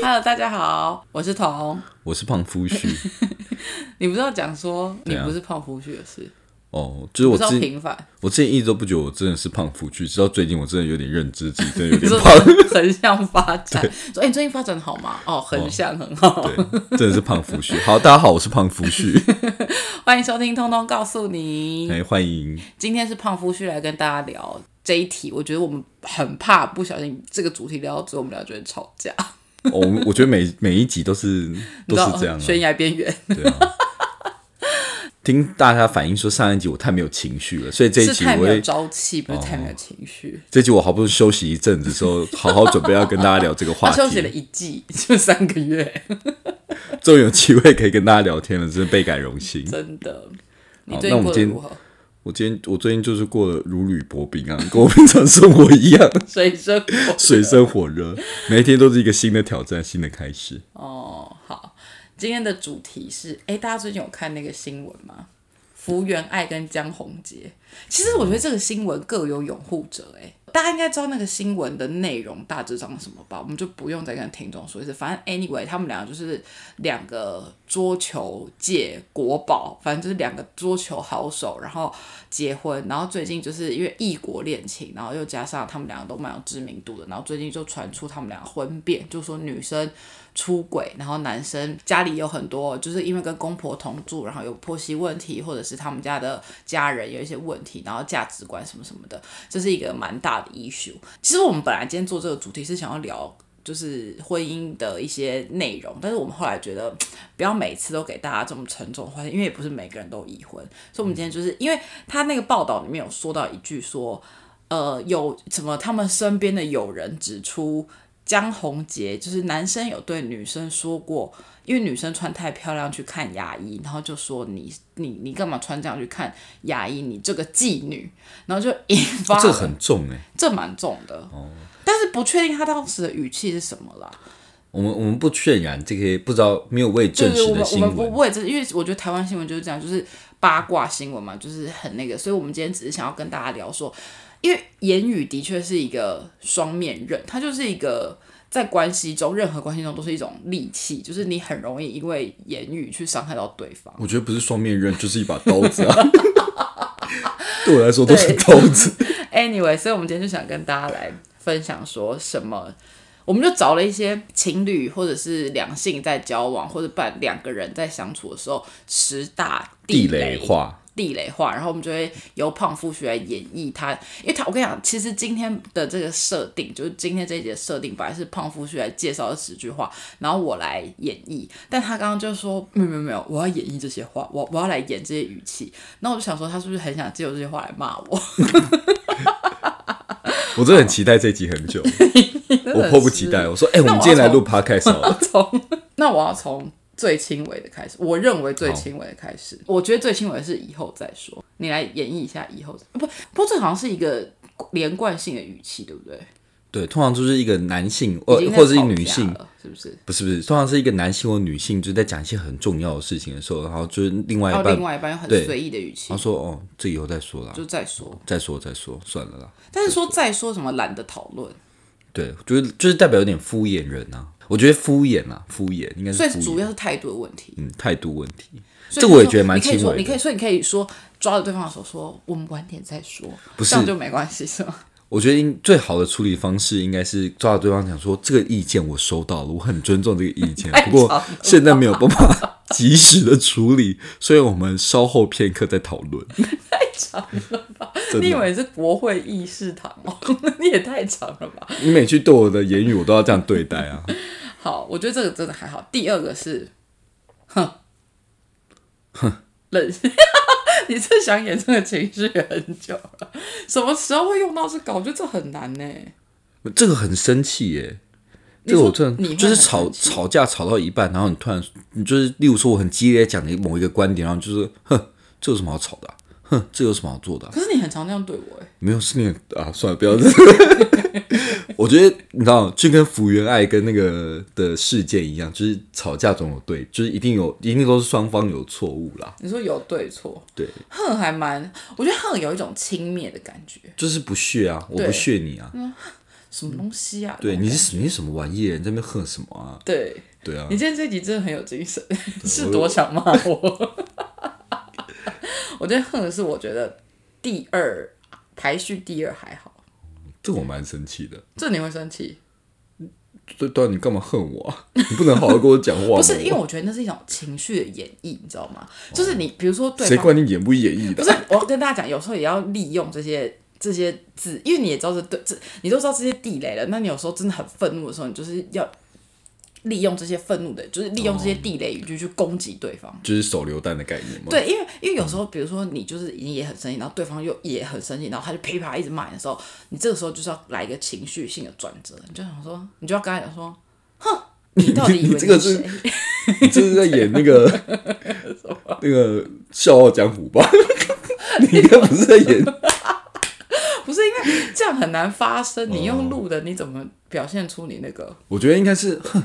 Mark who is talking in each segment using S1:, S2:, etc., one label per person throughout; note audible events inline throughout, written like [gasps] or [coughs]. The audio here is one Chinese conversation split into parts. S1: Hello，大家好，我是彤。
S2: 我是胖
S1: [laughs]
S2: 夫婿
S1: 你不是要讲说你
S2: 怎样
S1: 不是胖夫婿的事，
S2: 哦，就
S1: 不
S2: 是啊我
S1: 是要
S2: 之
S1: 平反，
S2: 我之前一直都不觉得我真的是胖夫婿，直到最近我真的有点认
S1: [laughs]
S2: 知自己真的有
S1: 你
S2: 点
S1: 说
S2: 胖，
S1: 横向发展。说哎、你最近发展好吗？哦，横向很好。
S2: 对，真的是胖夫婿。好，大家好，我是胖夫婿，
S1: [laughs] 欢迎收听《通通告诉 [laughs] 你》
S2: 哎，欢迎。
S1: 今天是胖夫婿来跟大家聊这一题，我觉得我们很怕不小心这个主题聊到最后，我们俩就会吵架，
S2: 哦，我我觉得每每一集都是
S1: 你
S2: 都
S1: 知道
S2: 是这样、啊，
S1: 悬崖边缘。
S2: 对啊。听大家反映说上一集我太没有情绪了，所以这一
S1: 是
S2: 集
S1: 太
S2: 我
S1: 没有
S2: 会哦
S1: 朝气，不是太没有情绪。
S2: 这一集我好不容易休息一阵子之后，好好准备要跟大家聊这个话
S1: 他 [laughs]
S2: 题，
S1: 休息了一季，就三个月，
S2: 终于有机会可以跟大家聊天了，真是倍感荣幸。
S1: 真的。你
S2: 好
S1: 最
S2: 那
S1: 近
S2: 我们
S1: 过得
S2: 今
S1: 如何？
S2: 我今天我最近就是过得如履薄冰啊， [laughs] 跟我平常生活一 [laughs] 样，
S1: 水生活
S2: 水深火热，每一天都是一个新的挑战，新的开始。
S1: 哦，好。今天的主题是，哎、大家最近有看那个新闻吗？福原爱跟江宏杰，其实我觉得这个新闻各有拥护者、哎，大家应该知道那个新闻的内容大致上是什么吧？我们就不用再跟听众说一次。反正 anyway，他们俩就是两个桌球界国宝，反正就是两个桌球好手，然后结婚，然后最近就是因为异国恋情，然后又加上他们两个都蛮有知名度的，然后最近就传出他们俩婚变，就说女生出轨，然后男生家里有很多，就是因为跟公婆同住，然后有婆媳问题，或者是他们家的家人有一些问题，然后价值观什么什么的，这是一个蛮大的 issue。其实我们本来今天做这个主题是想要聊。就是婚姻的一些内容，但是我们后来觉得不要每次都给大家这么沉重的话题，因为也不是每个人都已婚，所以我们今天就是因为他那个报道里面有说到一句说，呃，有什么他们身边的友人指出，江宏杰就是男生有对女生说过，因为女生穿太漂亮去看牙医，然后就说你你你干嘛穿这样去看牙医，你这个妓女，然后就引发、
S2: 这很重哎、
S1: 这蛮重的，
S2: 哦
S1: 但是不确定他当时的语气是什么啦。
S2: 我们我们不渲染这些不知道没有未证
S1: 就是
S2: 实
S1: 我
S2: 的
S1: 们我
S2: 新
S1: 们
S2: 闻
S1: 不，为这，因为我觉得台湾新闻就是这样，就是八卦新闻嘛，就是很那个，所以我们今天只是想要跟大家聊说，因为言语的确是一个双面刃，它就是一个在关系中任何关系中都是一种利器，就是你很容易因为言语去伤害到对方。
S2: 我觉得不是双面刃，就是一把刀子 [laughs] 啊。对我来说都是
S1: 对
S2: 刀子。
S1: Anyway，所以我们今天就想跟大家来分享说什么，我们就找了一些情侣或者是两性在交往或者伴两个人在相处的时候十大
S2: 地
S1: 雷
S2: 雷话，
S1: 地雷话，然后我们就会由胖夫婿来演绎他，因为他我跟你讲，其实今天的这个设定，就是今天这一节设定，本来是胖夫婿来介绍这十句话，然后我来演绎，但他刚刚就说没有没有没有，我要演绎这些话，我我要来演这些语气，那我就想说他是不是很想借由这些话来骂
S2: [laughs]
S1: 我？
S2: 我 [laughs] 真的很期待这集很久，我迫不及待。我说，哎、我
S1: 那
S2: 们
S1: 我
S2: 今天
S1: 要
S2: 来
S1: 从
S2: 录 podcast 好了。
S1: 从那我要从最轻微的开始，我认为最轻微的开始，我觉得最轻微的是以后再说。你来演绎一下以后，不不，过这好像是一个连贯性的语气，对不对？
S2: [laughs] 对，通常就是一个男性或
S1: 已经在
S2: 呃或者是
S1: 吵架
S2: 女性，
S1: 了，是不是？
S2: 不是不是，通常是一个男性或女性，就是在讲一些很重要的事情的时候，然后就是另外
S1: 然
S2: 一
S1: 后
S2: 半，
S1: 哦另外一半用很
S2: 对
S1: 随意的语气
S2: 然后，说哦，这以后再说啦，
S1: 就再说。
S2: 再说再说，算了啦。
S1: 但是说再说什么懒得讨论，
S2: 嗯对，就是就是代表有点敷衍人啊，我觉得敷衍啊，敷衍应该
S1: 所
S2: 是
S1: 以
S2: 敷
S1: 主
S2: 衍，
S1: 要是态度的问题。
S2: 嗯，态度问题。
S1: 所以
S2: 这
S1: 你
S2: 我也
S1: 说
S2: 觉得蛮
S1: 你可以
S2: 轻
S1: 说
S2: 微
S1: 你
S2: 的
S1: 可以，所以你可以说抓着对方的手说：“我们晚点再说。”
S2: 不
S1: 这样
S2: 是
S1: 就没关系是吗？
S2: 我觉得应最好的处理方式应该是抓着对方讲说，这个意见我收到了，我很尊重这个意
S1: [laughs]
S2: 见
S1: 太，长
S2: 不过现在没有办法及时的处理，所以我们稍后片刻再讨论。真的
S1: 你以为是国会议事堂哦？ [laughs] 你也太长了吧？
S2: 你每句对我的言语，我都要这样对待啊。
S1: 好，我觉得这个真的还好。第二个是，哼，哼，冷，你这想演这个情绪很久了，什么时候会用到这个？我觉得这很难呢。
S2: 这个很生气耶，
S1: 你
S2: 这个
S1: 说
S2: 我真
S1: 你会
S2: 的就是
S1: 很
S2: 吵
S1: 生气
S2: 吵架吵到一半，然后你突然你就是，例如说我很激烈地讲的某一个观点，然后就是哼，这有什么好吵的啊、哼，这有什么好做的啊、
S1: 可是你很常这样对我哎、
S2: 没有是你啊，算了，不要。 [laughs] 我觉得你知道，就跟福原爱跟那个的事件一样，就是吵架总有对，就是一定有，一定都是双方有错误啦。
S1: 你说有对错，
S2: 对，
S1: 恨还蛮，我觉得恨有一种轻蔑的感觉，
S2: 就是不屑啊，我不
S1: 对
S2: 屑你啊。
S1: 什么东西啊？
S2: 对，
S1: 这种
S2: 你是什你是什么玩意儿？你在那边恨什么啊？
S1: 对
S2: 对啊
S1: 你，今天这集真的很有精神，是多想骂我？ [laughs] 我觉得恨是我觉得第二排序第二还好，
S2: 这我蛮生气的。
S1: 这你会生气？
S2: 对对啊，你干嘛恨我啊？ [laughs] 你不能好好哦跟我讲话吗？
S1: 不是，因为我觉得那是一种情绪的演绎，你知道吗？就是你比如说对
S2: 谁
S1: 方，
S2: 管你演不演绎
S1: 不
S2: 的？
S1: 是我要跟大家讲，有时候也要利用这些。这些字，因为你也知道这对这，你都知道这些地雷了。那你有时候真的很愤怒的时候，你就是要利用这些愤怒的，就是利用这些地雷语句去攻击对方。
S2: 就是手榴弹的概念嘛。
S1: 对，因为因为有时候，比如说你就是已经也很生气，然后对方又也很生气，然后他就噼啪一直骂你的时候，你这个时候就是要来一个情绪性的转折，你就想说，你就要跟他讲说，哼，你到底以为
S2: 你这个
S1: 是
S2: 是
S1: 谁？
S2: 你这是在演
S1: [laughs]
S2: 那个那个《笑傲江湖》吧？你应该不是在演，
S1: 不是因为这样很难发声，
S2: [laughs]
S1: 你用录的你怎么表现出你那个？
S2: 我觉得应该是，哼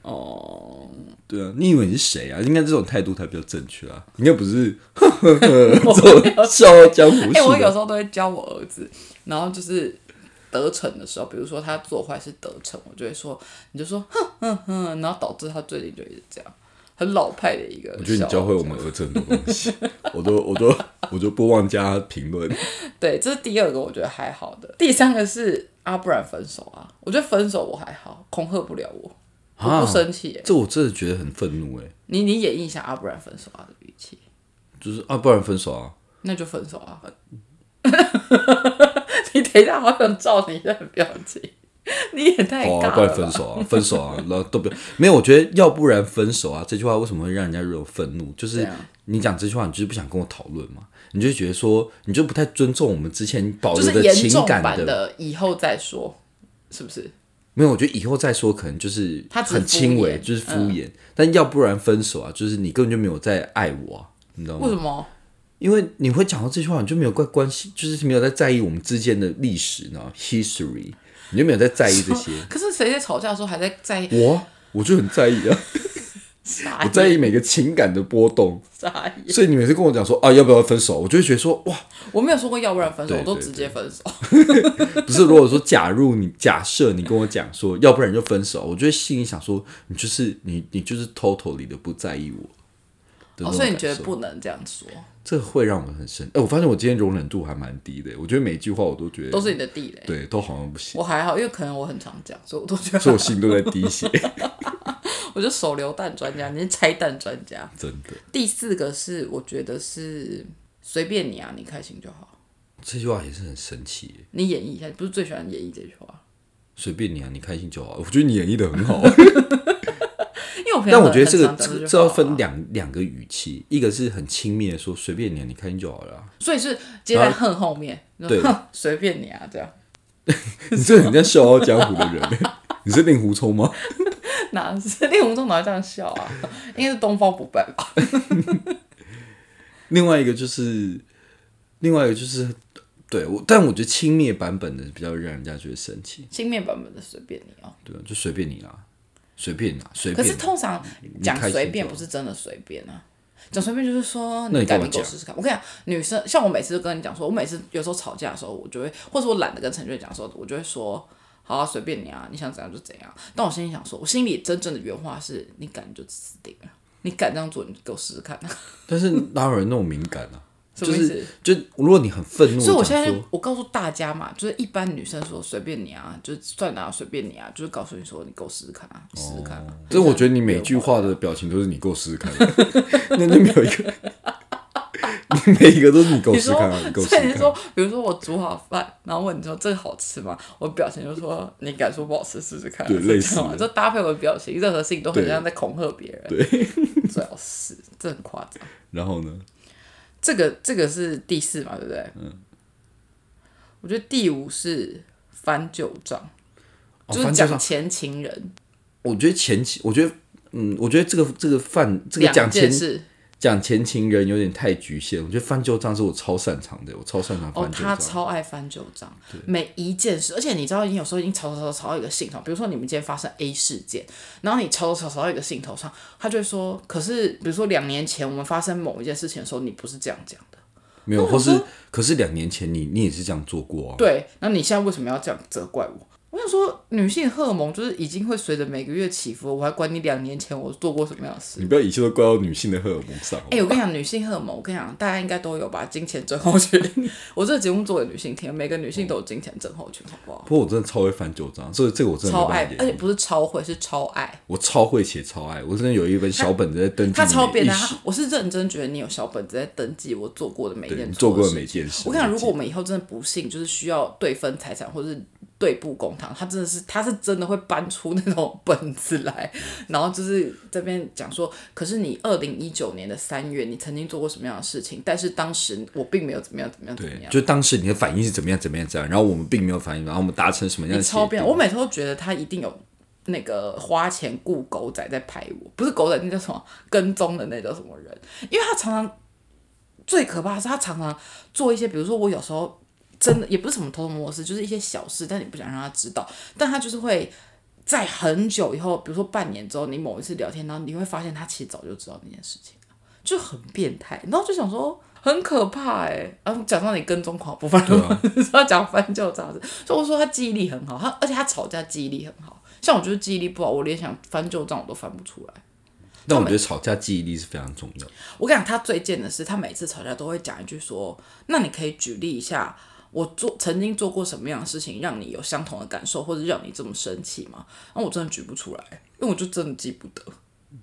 S1: 哦，
S2: 对啊，你以为你是谁啊？应该这种态度才比较正确啊，应该
S1: [laughs]
S2: 不是这种《笑傲江湖》
S1: 哎、我
S2: 式
S1: 有
S2: 的。
S1: 时候都会教我儿子，然后就是得逞的时候，比如说他做坏事得逞，我就会说，你就说哼哼哼，然后导致他最近就一直这样，很老派的一个。
S2: 我觉得你教会我们儿子很多东西，我都我都我就不妄加评论。
S1: 对，这是第二个，我觉得还好的。第三个是啊，不然分手啊。我觉得分手我还好，恐吓不了我，
S2: 啊
S1: 我不生气耶。
S2: 这我真的觉得很愤怒哎、
S1: 你你演绎一下啊，不然分手啊的语气，
S2: 就是啊，不然分手啊，
S1: 那就分手啊。 [laughs] 你等一下，好想照你的表情，你也太尬
S2: 哦啊，
S1: 哎了
S2: 不然
S1: 吧。
S2: 分手啊，分手啊，然后都不没有。我觉得要不然分手啊这句话为什么会让人家惹愤怒？就是
S1: 对啊
S2: 你讲这句话，你就是不想跟我讨论嘛，你就觉得说你就不太尊重我们之前保
S1: 就
S2: 留
S1: 是
S2: 的
S1: 严重
S2: 情感
S1: 版的，以后再说，是不是？
S2: 没有，我觉得以后再说，可能就是
S1: 他只是
S2: 很轻
S1: 敷
S2: 微，
S1: 衍嗯
S2: 就是敷衍。但要不然分手啊，就是你根本就没有在爱我、啊，你知道
S1: 为
S2: 吗？
S1: 什么？
S2: 因为你会讲到这句话，你就没有关关系，就是没有在在意我们之间的历史，呢 history，你就没有在在意
S1: [laughs]
S2: 这些。
S1: 可是谁在吵架的时候还在在意？
S2: 我我就很在意啊，
S1: 傻
S2: 我在
S1: 眼
S2: 意每个情感的波动。
S1: 傻眼，
S2: 所以你每次跟我讲说啊，要不要分手，我就会觉得
S1: [laughs]
S2: 说哇，
S1: 我没有说过要不然分手，
S2: 对
S1: 我都
S2: 对
S1: 直接分手。
S2: 不是。如果说假如你假设你跟我讲说，要不然你就分手，我就会心里想说，你就是你你就是 totally 的不在意我的那
S1: 哦，
S2: 种感受。
S1: 所以你觉得不能这样说，
S2: 这会让我很生？哎、我发现我今天容忍度还蛮低的，我觉得每一句话我都觉得
S1: 都是你的地雷。
S2: 对，都好像不行，
S1: 我还好，因为可能我很常讲，所以我都觉
S2: 所以
S1: 得
S2: 我心都在滴血， [laughs]
S1: 我就手榴弹专家，你是拆弹专家。
S2: 真的。
S1: 第四个是我觉得是随便你啊，你开心就好。
S2: 这句话也是很神奇耶，
S1: 你演绎一下，你不是最喜欢演绎这句话？
S2: 随便你啊，你开心就好。我觉得你演绎的很好，
S1: 因为我朋友
S2: 但我觉得这个
S1: 很常讲句
S2: 这
S1: 话
S2: 个这要分两两个语气，一个是很轻蔑的说随便你啊，你开心就好了啊、
S1: [laughs] 所以是接在恨后面，你说
S2: 对
S1: 哼，随便你啊，这样 [laughs]
S2: 你这很像《笑傲江湖》的人，欸你是令狐冲吗？
S1: 哪是 [laughs] 令狐冲哪会这样笑啊？应该是东方不败吧？
S2: 另外一个就是，另外一个就是，对我，但我觉得轻蔑版本的比较让人家觉得生气，
S1: 轻蔑版本的随便你哦。
S2: 对吧？啊就随便你啦，随便啦，随
S1: 可是
S2: 便。
S1: 通常讲
S2: 开心
S1: 随便
S2: 就好
S1: 不是真的随便啊，讲随便就是说
S2: 那你干
S1: 赶
S2: 嘛
S1: 紧给我
S2: 讲
S1: 试试看。我跟你讲，女生像我每次都跟你讲说，我每次有时候吵架的时候，我就会，或者我懒得跟陈俊讲的时候，我就会说。好啊，随便你啊，你想怎样就怎样。但我心里想说，我心里真正的原话是：你敢你就死定了，你敢这样做，你给我试试看。啊
S2: 但是哪有人那么敏感啊？
S1: [laughs] 什
S2: 就
S1: 么意思
S2: 是就如果你很愤怒，
S1: 所以我现
S2: 讲
S1: 在
S2: 说
S1: 我告诉大家嘛，就是一般女生说随便你啊，就是算了、啊，随便你啊，就是告诉你说你给我试试看啊，试试看啊。
S2: 所以我觉得你每句话的表情都是你给我试试看啊，
S1: [laughs]
S2: 那就没有一个，你每一个都是你给我
S1: 你
S2: 试试
S1: 说
S2: 看啊，你，给我试
S1: 所以
S2: 试
S1: 你
S2: 看啊。
S1: 说，比如说我煮好饭，然后问你说这个好吃吗？我表情就说你敢说不好吃试试看啊，
S2: 对
S1: 是这样
S2: 类似
S1: 吗
S2: 的
S1: 就搭配我的表情，任何事情都很
S2: 对
S1: 像在恐吓别人。
S2: 对，
S1: 最好是，这很夸张。
S2: 然后呢？
S1: 这个这个是第四嘛，对不对？嗯。我觉得第五是翻旧账，
S2: 哦
S1: 就是
S2: 翻旧
S1: 讲
S2: 账
S1: 前情人
S2: 我觉得前期，我觉得，嗯，我觉得这个这个犯这个
S1: 两
S2: 讲前
S1: 件事，
S2: 讲前情人有点太局限，我觉得翻旧账是我超擅长的，我超擅长
S1: 哦
S2: 翻，旧
S1: 他
S2: 账。
S1: 超爱翻旧账，每一件事，而且你知道，你有时候已经吵吵吵吵到一个兴头，比如说你们今天发生 A 事件，然后你吵吵吵吵到一个兴头上，他就会说，可是比如说两年前我们发生某一件事情的时候，你不是这样讲的，
S2: 没有，
S1: 我
S2: 或是
S1: 说
S2: 可是两年前你你也是这样做过啊。
S1: 对，那你现在为什么要这样责怪我？我想说，女性荷尔蒙就是已经会随着每个月起伏，我还管你两年前我做过什么样的事。
S2: 你不要一切都怪到女性的荷尔蒙上。哦
S1: 哎、我跟你讲，女性荷尔蒙，我跟你讲，大家应该都有吧？金钱症候群， [laughs] 我这个节目做给女性听，每个女性都有金钱症候群，好不好？
S2: 不过我真的超会翻旧账，这个这个我真的
S1: 超
S2: 没
S1: 爱
S2: 办，
S1: 而
S2: 法
S1: 且
S2: 演。
S1: 不是超会，是超爱。
S2: 我超会写，超爱。我真的有一本小本子在登记
S1: 他超
S2: 你
S1: 变
S2: 一
S1: 态，
S2: 时
S1: 他我是认真觉得你有小本子在登记我做过的每一
S2: 对
S1: 件
S2: 你做过
S1: 错
S2: 的
S1: 事
S2: 每件事。
S1: 我跟你讲，如果我们以后真的不幸就是需要对分财产或者是对簿公堂，他真的是他是真的会搬出那种本子来，然后就是这边讲说，可是你二零一九年的三月你曾经做过什么样的事情，但是当时我并没有怎么样怎么样怎么
S2: 对，
S1: 样。
S2: 就当时你的反应是怎么样，怎么样，怎么样，然后我们并没有反应，然后我们达成什么样
S1: 你
S2: 的
S1: 超
S2: 协定
S1: 变态，我每次都觉得他一定有。那个花钱雇狗仔在拍我，不是狗仔，那叫什么跟踪的那叫什么人？因为他常常最可怕的是他常常做一些，比如说我有时候真的也不是什么偷偷摸摸的事，就是一些小事，但你不想让他知道，但他就是会在很久以后，比如说半年之后，你某一次聊天，然后你会发现他其实早就知道那件事情了，就很变态，然后就想说。很可怕哎、欸，然后讲到你跟踪狂不犯， [laughs] 要讲翻旧账子，所以我说他记忆力很好，他而且他吵架记忆力很好，像我就是记忆力不好，我连想翻旧账我都翻不出来。
S2: 但我觉得吵架记忆力是非常重要的。
S1: 我跟你讲，他最贱的是，他每次吵架都会讲一句说：“那你可以举例一下，我做曾经做过什么样的事情，让你有相同的感受，或者让你这么生气吗？”然后我真的举不出来，因为我就真的记不得， [laughs]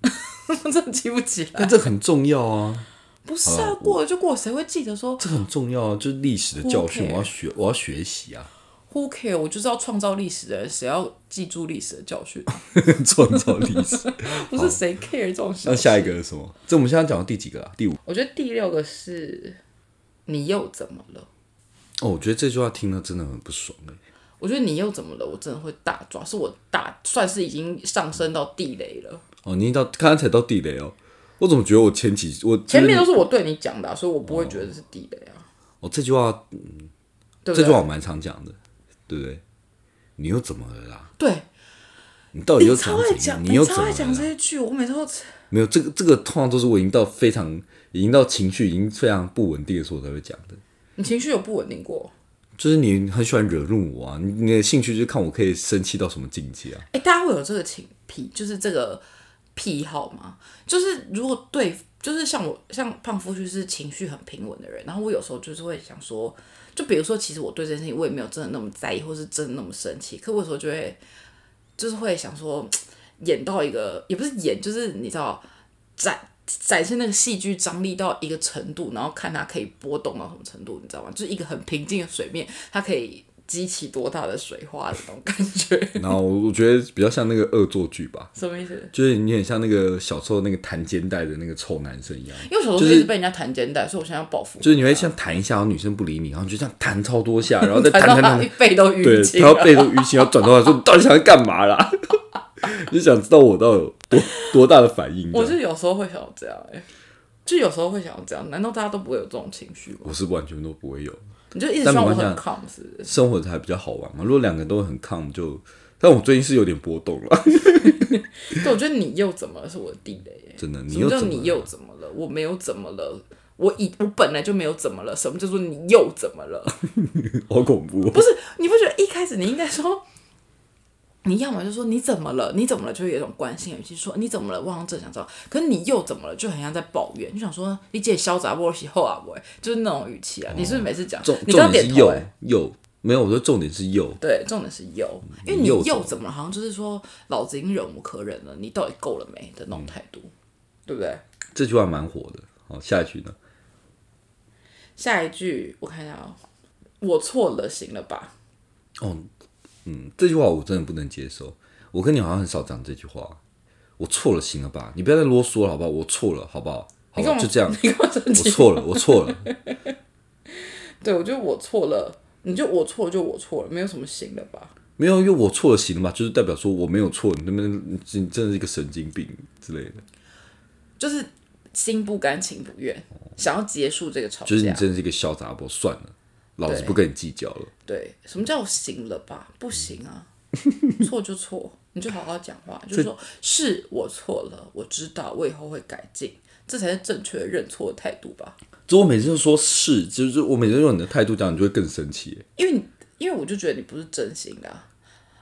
S1: 我真的记不起来。
S2: 但这很重要啊，
S1: 不是啊，过了就过了，谁会记得说
S2: 这很重要啊，就是历史的教训，
S1: Who
S2: 我
S1: care？
S2: 要学，我要学习啊， [laughs]
S1: “Who care？” 我就是要创造历史的人，谁要记住历史的教训？
S2: 创造历史。
S1: 不是谁 care 这种事。
S2: 那下一个是什么？这我们现在讲到第几个啊？第五。
S1: 我觉得第六个是你又怎么了？
S2: 哦，我觉得这句话听了真的很不爽哎、
S1: 我觉得你又怎么了？我真的会大抓，是我大算是已经上升到地雷了。
S2: 哦，你到刚才到地雷哦，我怎么觉得我前几我
S1: 前面
S2: 就是
S1: 都是我对你讲的啊、所以我不会觉得是地雷啊，
S2: 哦这句话
S1: 对不
S2: 这句
S1: 对？
S2: 话我蛮常讲的，对不对？你又怎么了啦？
S1: 对，
S2: 你到底又
S1: 你
S2: 想
S1: 超爱
S2: 怎样？
S1: 讲，
S2: 你又怎
S1: 超
S2: 么
S1: 爱
S2: 了
S1: 讲
S2: 啦
S1: 这？些句，我每次都
S2: 没有，这个这个通常都是我已经到非常，已经到情绪已经非常不稳定的时候我才会讲的。
S1: 你情绪有不稳定过？
S2: 就是你很喜欢惹怒我啊，你你的兴趣就是看我可以生气到什么境界啊。 [laughs]
S1: 哎、大家会有这个情癖，就是这个癖好吗？就是如果对，就是像我，像胖夫就是情绪很平稳的人，然后我有时候就是会想说，就比如说，其实我对这件事情我也没有真的那么在意，或是真的那么生气，可我有时候就会，就是会想说，演到一个也不是演，就是你知道展。展现那个戏剧张力到一个程度，然后看它可以波动到什么程度，你知道吗？就是一个很平静的水面，它可以激起多大的水花的那种感觉， [laughs]
S2: 然后我我觉得比较像那个恶作剧吧，
S1: 什么意思？
S2: 就是你很像那个小时候那个弹肩带的那个臭男生一样，
S1: 因为我小时候就一直被人家弹肩带，所以我现在要报复。
S2: 就是你会像弹一下，然后女生不理你，然后你就这样弹超
S1: [laughs]
S2: 多下，然后再弹
S1: 到
S2: 弹
S1: 他
S2: 弹，
S1: 背都淤
S2: 对，
S1: 青
S2: 他要背着淤青，然后转头来说：“你到底想要干嘛啦？” [laughs] 你就想知道我到底有多多大的反应？
S1: 我
S2: 这样
S1: 是有时候会想要这样、欸，就有时候会想要这样。难道大家都不会有这种情绪吗？
S2: 我是完全都不会有，
S1: 你就一直
S2: 但
S1: 希望我
S2: 没关
S1: 很
S2: 系啊
S1: calm 是不是？
S2: 生活才比较好玩嘛。如果两个都很抗，就……但我最近是有点波动了， [laughs]
S1: 对，我觉得你又怎么了是我的地雷、欸？
S2: 真的。你
S1: 什
S2: 又
S1: 么
S2: 怎
S1: 叫
S2: 么
S1: 你
S2: 了
S1: 又怎么了？我没有怎么了。我以我本来就没有怎么了，什么叫做你又怎么了？
S2: 好恐怖、哦
S1: 不！是，你不觉得一开始你应该说，你要么就说你怎么了，你怎么了，就会有一种关心的语气说你怎么了，我好像正想知道，可是你又怎么了，就很像在抱怨，就想说你姐潇洒我以后啊，我就是那种语气啊，你是不是每次讲
S2: 哦重，
S1: 你都要
S2: 重点
S1: 点
S2: 是
S1: 头、
S2: 又
S1: 欸？
S2: 又没有，我说重点是又
S1: 对，重点是又，因为
S2: 你
S1: 你
S2: 又
S1: 又怎么了，好像就是说老子已经忍无可忍了，你到底够了没的那
S2: 嗯
S1: 种态度，对不对？
S2: 这句话蛮火的。好，下一句呢？
S1: 下一句我看一下哦，我错了，行了吧？ [laughs]
S2: 嗯，这句话我真的不能接受。我跟你好像很少讲这句话。我错了，行了吧？你不要再啰嗦了，好不好？我错了，好不好？好
S1: 你干
S2: 吧，
S1: 嘛
S2: 就这样。
S1: [laughs] 你跟我生
S2: 我
S1: 气？
S2: 错了，我错了。
S1: 对，我觉得我错了，你就我错了就我错了，没有什么行了吧？
S2: 没有，因为我错了行了嘛，就是代表说我没有错，你那边你真的是一个神经病之类的。
S1: 就是心不甘情不愿，想要结束这个吵架。
S2: 就是你真是一个小杂包，算了，老子不跟你计较了。
S1: 对，什么叫行了吧？不行
S2: [laughs]
S1: 啊，错就错，你就好好讲话，就说是我错了，我知道，我以后会改进，这才是正确的认错态度吧。
S2: 就我每次都说是，就是我每次用你的态度讲，你就会更生气。
S1: 因为你，因为我就觉得你不是真心的啊、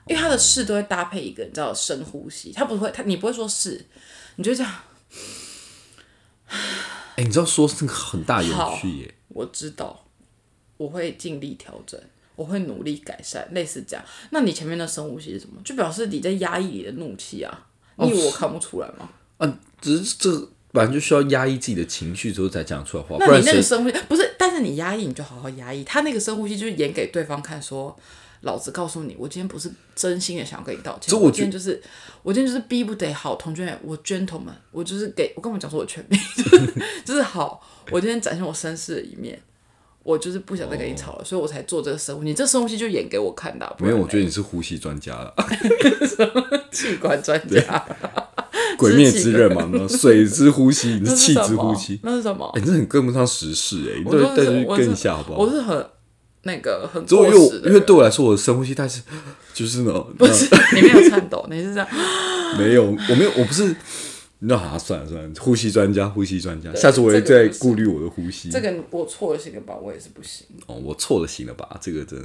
S1: 因为他的是都会搭配一个你知道深呼吸，他不会，他你不会说是，你就这样，
S2: 哎、你知道说这个很大有趣耶，
S1: 我知道，我会尽力调整，我会努力改善，类似这样。那你前面的深呼吸是什么？就表示你在压抑你的怒气啊。你以为我看不出来吗？
S2: 啊，只是这个本来就需要压抑自己的情绪之后才讲出来话，不
S1: 那
S2: 然
S1: 你那个
S2: 谁
S1: 深呼吸不是？但是你压抑，你就好好压抑。他那个深呼吸就是演给对方看说。老子告诉你，我今天不是真心的想要跟你道歉，
S2: 这
S1: 我
S2: 我
S1: 今天就是，我今天就是逼不得好，同居人，我 gentleman，我就是给我跟我讲说我全名， [laughs] 就是就是好，我今天展现我绅士的一面，我就是不想再跟你吵了，所以我才做这个深呼吸。你这深呼吸就演给我看的啊、不
S2: 没有？
S1: 然
S2: 我觉得你是呼吸专家
S1: [laughs]
S2: 了，
S1: 器官专家，
S2: 鬼灭之刃
S1: [laughs]
S2: 嘛，那水之呼吸，你
S1: 那
S2: 是气
S1: 什
S2: 之
S1: 么
S2: 呼吸？，
S1: 那是什么
S2: 哎、？你这很跟不上时事哎，你
S1: 我
S2: 到
S1: 真
S2: 底再
S1: 的是
S2: 去
S1: 我
S2: 跟
S1: 是
S2: 一下好不好
S1: 我？是很那个很
S2: 之后
S1: 过
S2: 因为我
S1: 时的
S2: 因为
S1: 人，
S2: 对我来说，我的深呼吸，但是 [gasps] 就是那种
S1: 不是 [laughs] 你没有颤抖，你是这样。
S2: 没有，我没有，我不是。那好、算了算了，呼吸专家，呼吸专家，下次我也
S1: 这个
S2: 再
S1: 不是
S2: 顾虑我的呼吸。
S1: 这个我错了，行了吧？我也是不行。
S2: 哦，我错了，行了吧？这个真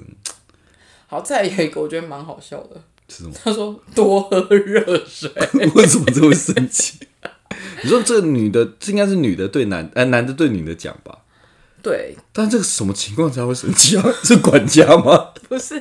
S1: 好，再来有一个我觉得蛮好笑的，
S2: [laughs] 是什么？
S1: 他说多喝热水，
S2: [laughs] 为什么这么生气？ [laughs] 你说这个女的，这应该是女的对男，哎、男的对女的讲吧？
S1: 对，
S2: 但这个什么情况才会生气啊？ [laughs] 是管家吗？
S1: 不是，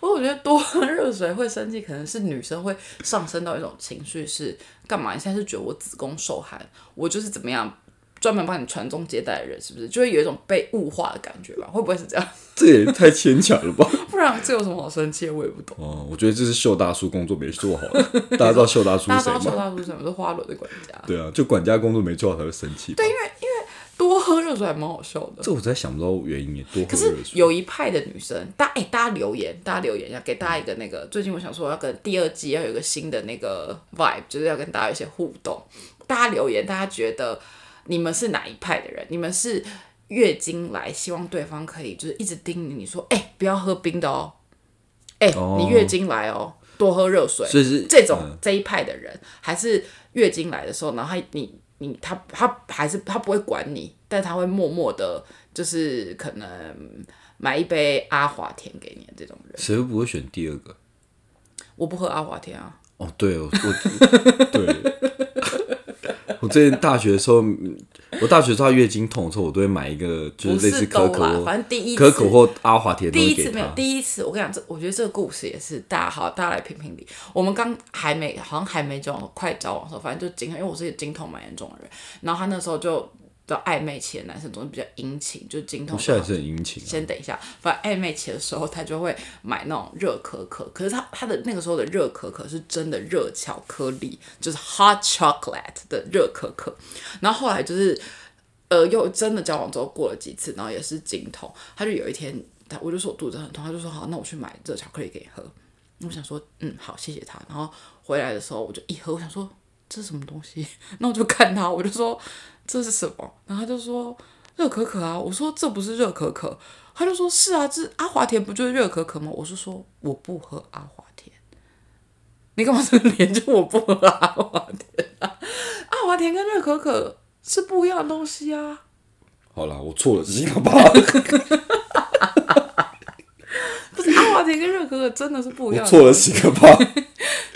S1: 我觉得多喝热水会生气，可能是女生会上升到一种情绪是干嘛？你现在是觉得我子宫受寒，我就是怎么样？专门帮你传宗接代的人，是不是就会有一种被物化的感觉吧？会不会是这样？ [laughs]
S2: 这也太牵强了吧？ [laughs]
S1: 不然这有什么好生气的？我也不懂。
S2: 哦，我觉得这是秀大叔工作没做好的。大家知道秀大叔
S1: 大
S2: 是
S1: 家知道邱
S2: 谁吗？
S1: 大叔是什么？是花轮的管家。
S2: 对啊，就管家工作没做好才会生气。对，因为
S1: 多喝热水还蛮好笑的。
S2: 这我才想不到原因耶，多
S1: 可
S2: 喝
S1: 是
S2: 热水。
S1: 有一派的女生，大哎、大家留言，大家留言要给大家一个那
S2: 嗯
S1: 个，最近我想说要跟第二季要有一个新的那个 vibe，就是要跟大家有一些互动。大家留言，大家觉得你们是哪一派的人？你们是月经来，希望对方可以就是一直叮咛你说，哎、不要喝冰的哦，哎、
S2: 哦
S1: 你月经来哦，多喝热水。
S2: 所以是
S1: 这种、
S2: 嗯
S1: 这一派的人，还是月经来的时候，然后他你你他他还是他不会管你，但他会默默的，就是可能买一杯阿华田给你的这种人。
S2: 谁会不会选第二个？
S1: 我不喝阿华田啊，
S2: 哦，对，我我对， [laughs] 我之前大学的时候，嗯我大学的时候她月经痛的时候，我都会买一个就
S1: 不
S2: 是类似
S1: 是
S2: 可
S1: 都
S2: 可
S1: 啦，
S2: 或
S1: 反正第一
S2: 可
S1: 次
S2: 可或阿华田的
S1: 第
S2: 东西
S1: 一
S2: 给
S1: 次没有
S2: 她，。
S1: 第一次我跟你讲，这我觉得这个故事也是大家好，大家来评评理。我们刚还没好像还没交往，快交往的时候，反正就经常，因为我是一个经痛蛮严重的人，然后他那时候就。的暧昧期的男生总是比较殷勤，就是经痛。
S2: 我现在也是很殷勤、啊，
S1: 先等一下，反正暧昧期的时候，他就会买那种热可可，可是他他的那个时候的热可可是真的热巧克力，就是 hot chocolate 的热可可。然后后来就是，呃，又真的交往之后过了几次，然后也是经痛，他就有一天，他我就说我肚子很痛，他就说好，那我去买热巧克力给你喝。我想说，嗯，好，谢谢他。然后回来的时候，我就一喝，我想说这是什么东西？ [laughs] 那我就看他，我就说这是什么？然后他就说热可可啊。我说这不是热可可，他就说是啊，这阿华田不就是热可可吗？我是说我不喝阿华田。你干嘛这个脸？就我不喝阿华田啊！阿华田跟热可可是不一样的东西啊。
S2: 好啦，我错了，行了
S1: [laughs]
S2: 吧？
S1: 不是阿华田跟热可可真的是不一
S2: 我
S1: 样的东西。
S2: 错了，行了吧？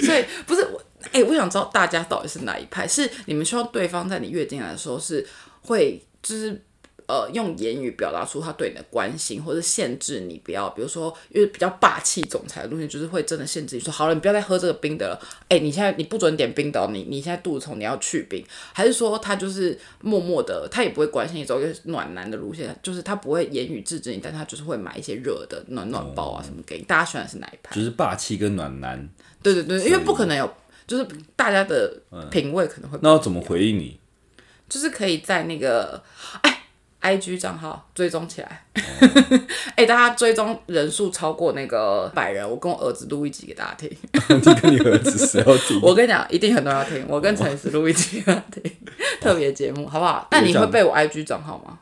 S1: 所以不是我，哎、我想知道大家到底是哪一派？是你们希望对方在你月经来的时候是会就是呃用言语表达出他对你的关心，或者限制你不要，比如说因为比较霸气总裁的路线，就是会真的限制你说好了，你不要再喝这个冰的了。哎、你现在你不准点冰的哦，你你现在肚子痛，你要去冰，还是说他就是默默的，他也不会关心你走一个暖男的路线，就是他不会言语制止你，但他就是会买一些热的暖暖包啊什么给你。大家喜欢的是哪一派？
S2: 就是霸气跟暖男，
S1: 对对对，因为不可能有，就是嗯大家的品味可能会，
S2: 那要怎么回应你？ [laughs]
S1: 就是可以在那个，哎， IG 账号追踪起来， [laughs] 哎、大家追踪人数超过那个百人，我跟我儿子录一集给大家听。
S2: 你跟你儿子谁要听？
S1: 我跟你讲，一定很多人要听。我跟陈思录一集给他听 [laughs] 特别节目，好不好？那你会背我 IG 账号吗？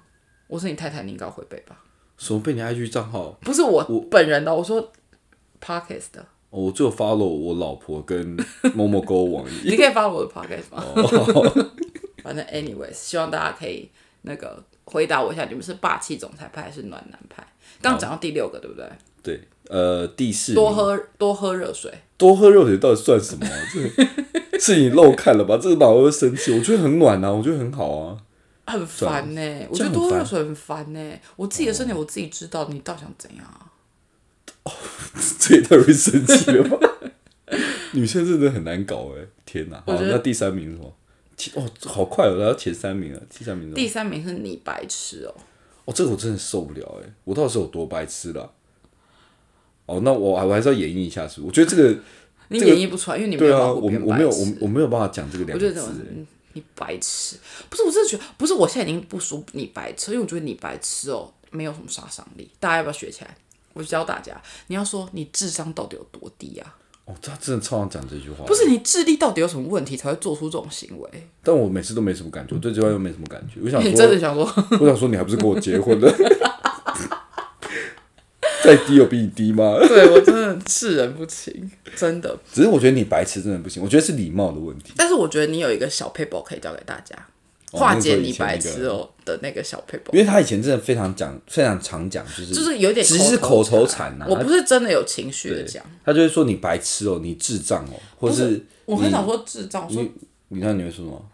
S1: 我是你太太，你应该会背吧？
S2: 什么被你 IG 账号？
S1: 不是我本人的，我说 Pockets 的，
S2: 哦我只有 follow 我老婆跟某 [laughs] 某狗网
S1: 你可以发我的 Pockets 吗？
S2: 哦
S1: [laughs] 反正 anyways，希望大家可以那个回答我一下，你们是霸气总裁派还是暖男派？刚讲到第六个，对不对？
S2: 对，呃，第四
S1: 多
S2: 名
S1: 喝多喝热水。
S2: 多喝热水到底算什么啊、 [laughs] 这是你漏看了吧？这个马我会生气，我觉得很暖啊，我觉得很好啊。
S1: 很烦呢、我觉
S2: 这样
S1: 得多
S2: 很
S1: 喝热
S2: 烦哦
S1: 水很烦呢、我自己的身体我自己知道，你到底想怎样啊？
S2: 这也太容易生气了吧？女生真的很难搞哎、天哪！好，
S1: 我觉得
S2: 那第三名是什么？前哦，好快哦，来到前三名了。第三名是什
S1: 第
S2: 么？
S1: 三名是你白痴哦、
S2: 哦，这个我真的受不了哎、我到底是有多白痴了、哦，那我我还是要演绎一下，是不是？我觉得这个
S1: 你
S2: 这个
S1: 演绎不出来，因为你没
S2: 对
S1: 有
S2: 啊，
S1: 办法
S2: 我
S1: 变
S2: 我
S1: 白
S2: 没有
S1: 痴
S2: 我我没有办法讲这个两
S1: 我
S2: 个
S1: 就这种
S2: 字、，哎
S1: 嗯你白痴，不是，我真的觉得不是，我现在已经不说你白痴，因为我觉得你白痴哦，没有什么杀伤力，大家要不要学起来？我就教大家，你要说你智商到底有多低啊？
S2: 哦，他真的超想讲这句话。
S1: 不，是你智力到底有什么问题才会做出这种行为？
S2: 但我每次都没什么感觉，我对这句话又没什么感觉。我想
S1: [laughs] 你
S2: 说，
S1: 真的想
S2: [laughs]
S1: 说，
S2: 我想说，你还不是跟我结婚了？ [laughs] 再低有比你低吗？
S1: 对我真的世人不清，真的。
S2: 只是我觉得你白痴真的不行，我觉得是礼貌的问题。
S1: 但是我觉得你有一个小 paper 可以教给大家，
S2: 哦
S1: 化
S2: 那
S1: 解
S2: 个以
S1: 你
S2: 前
S1: 白
S2: 那个
S1: 痴哦的那个小 paper。
S2: 因为他以前真的非常讲，非常常讲，就是
S1: 就
S2: 就是
S1: 有点
S2: 其实是口头禅啊。
S1: 我不是真的有情绪的
S2: 对
S1: 讲，
S2: 他就会说你白痴哦，你智障哦，或是
S1: 我很少说智障，我说
S2: 你你看你会说什么？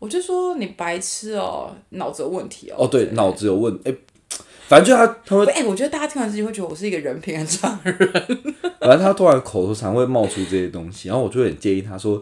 S1: 我就说你白痴哦，脑子有问题哦。
S2: 哦，对，脑子有问，哎，反正就他他会，
S1: 哎、我觉得大家听完这句会觉得我是一个人品很差的人。
S2: 反正他突然口头禅会冒出这些东西，然后我就很建议他说，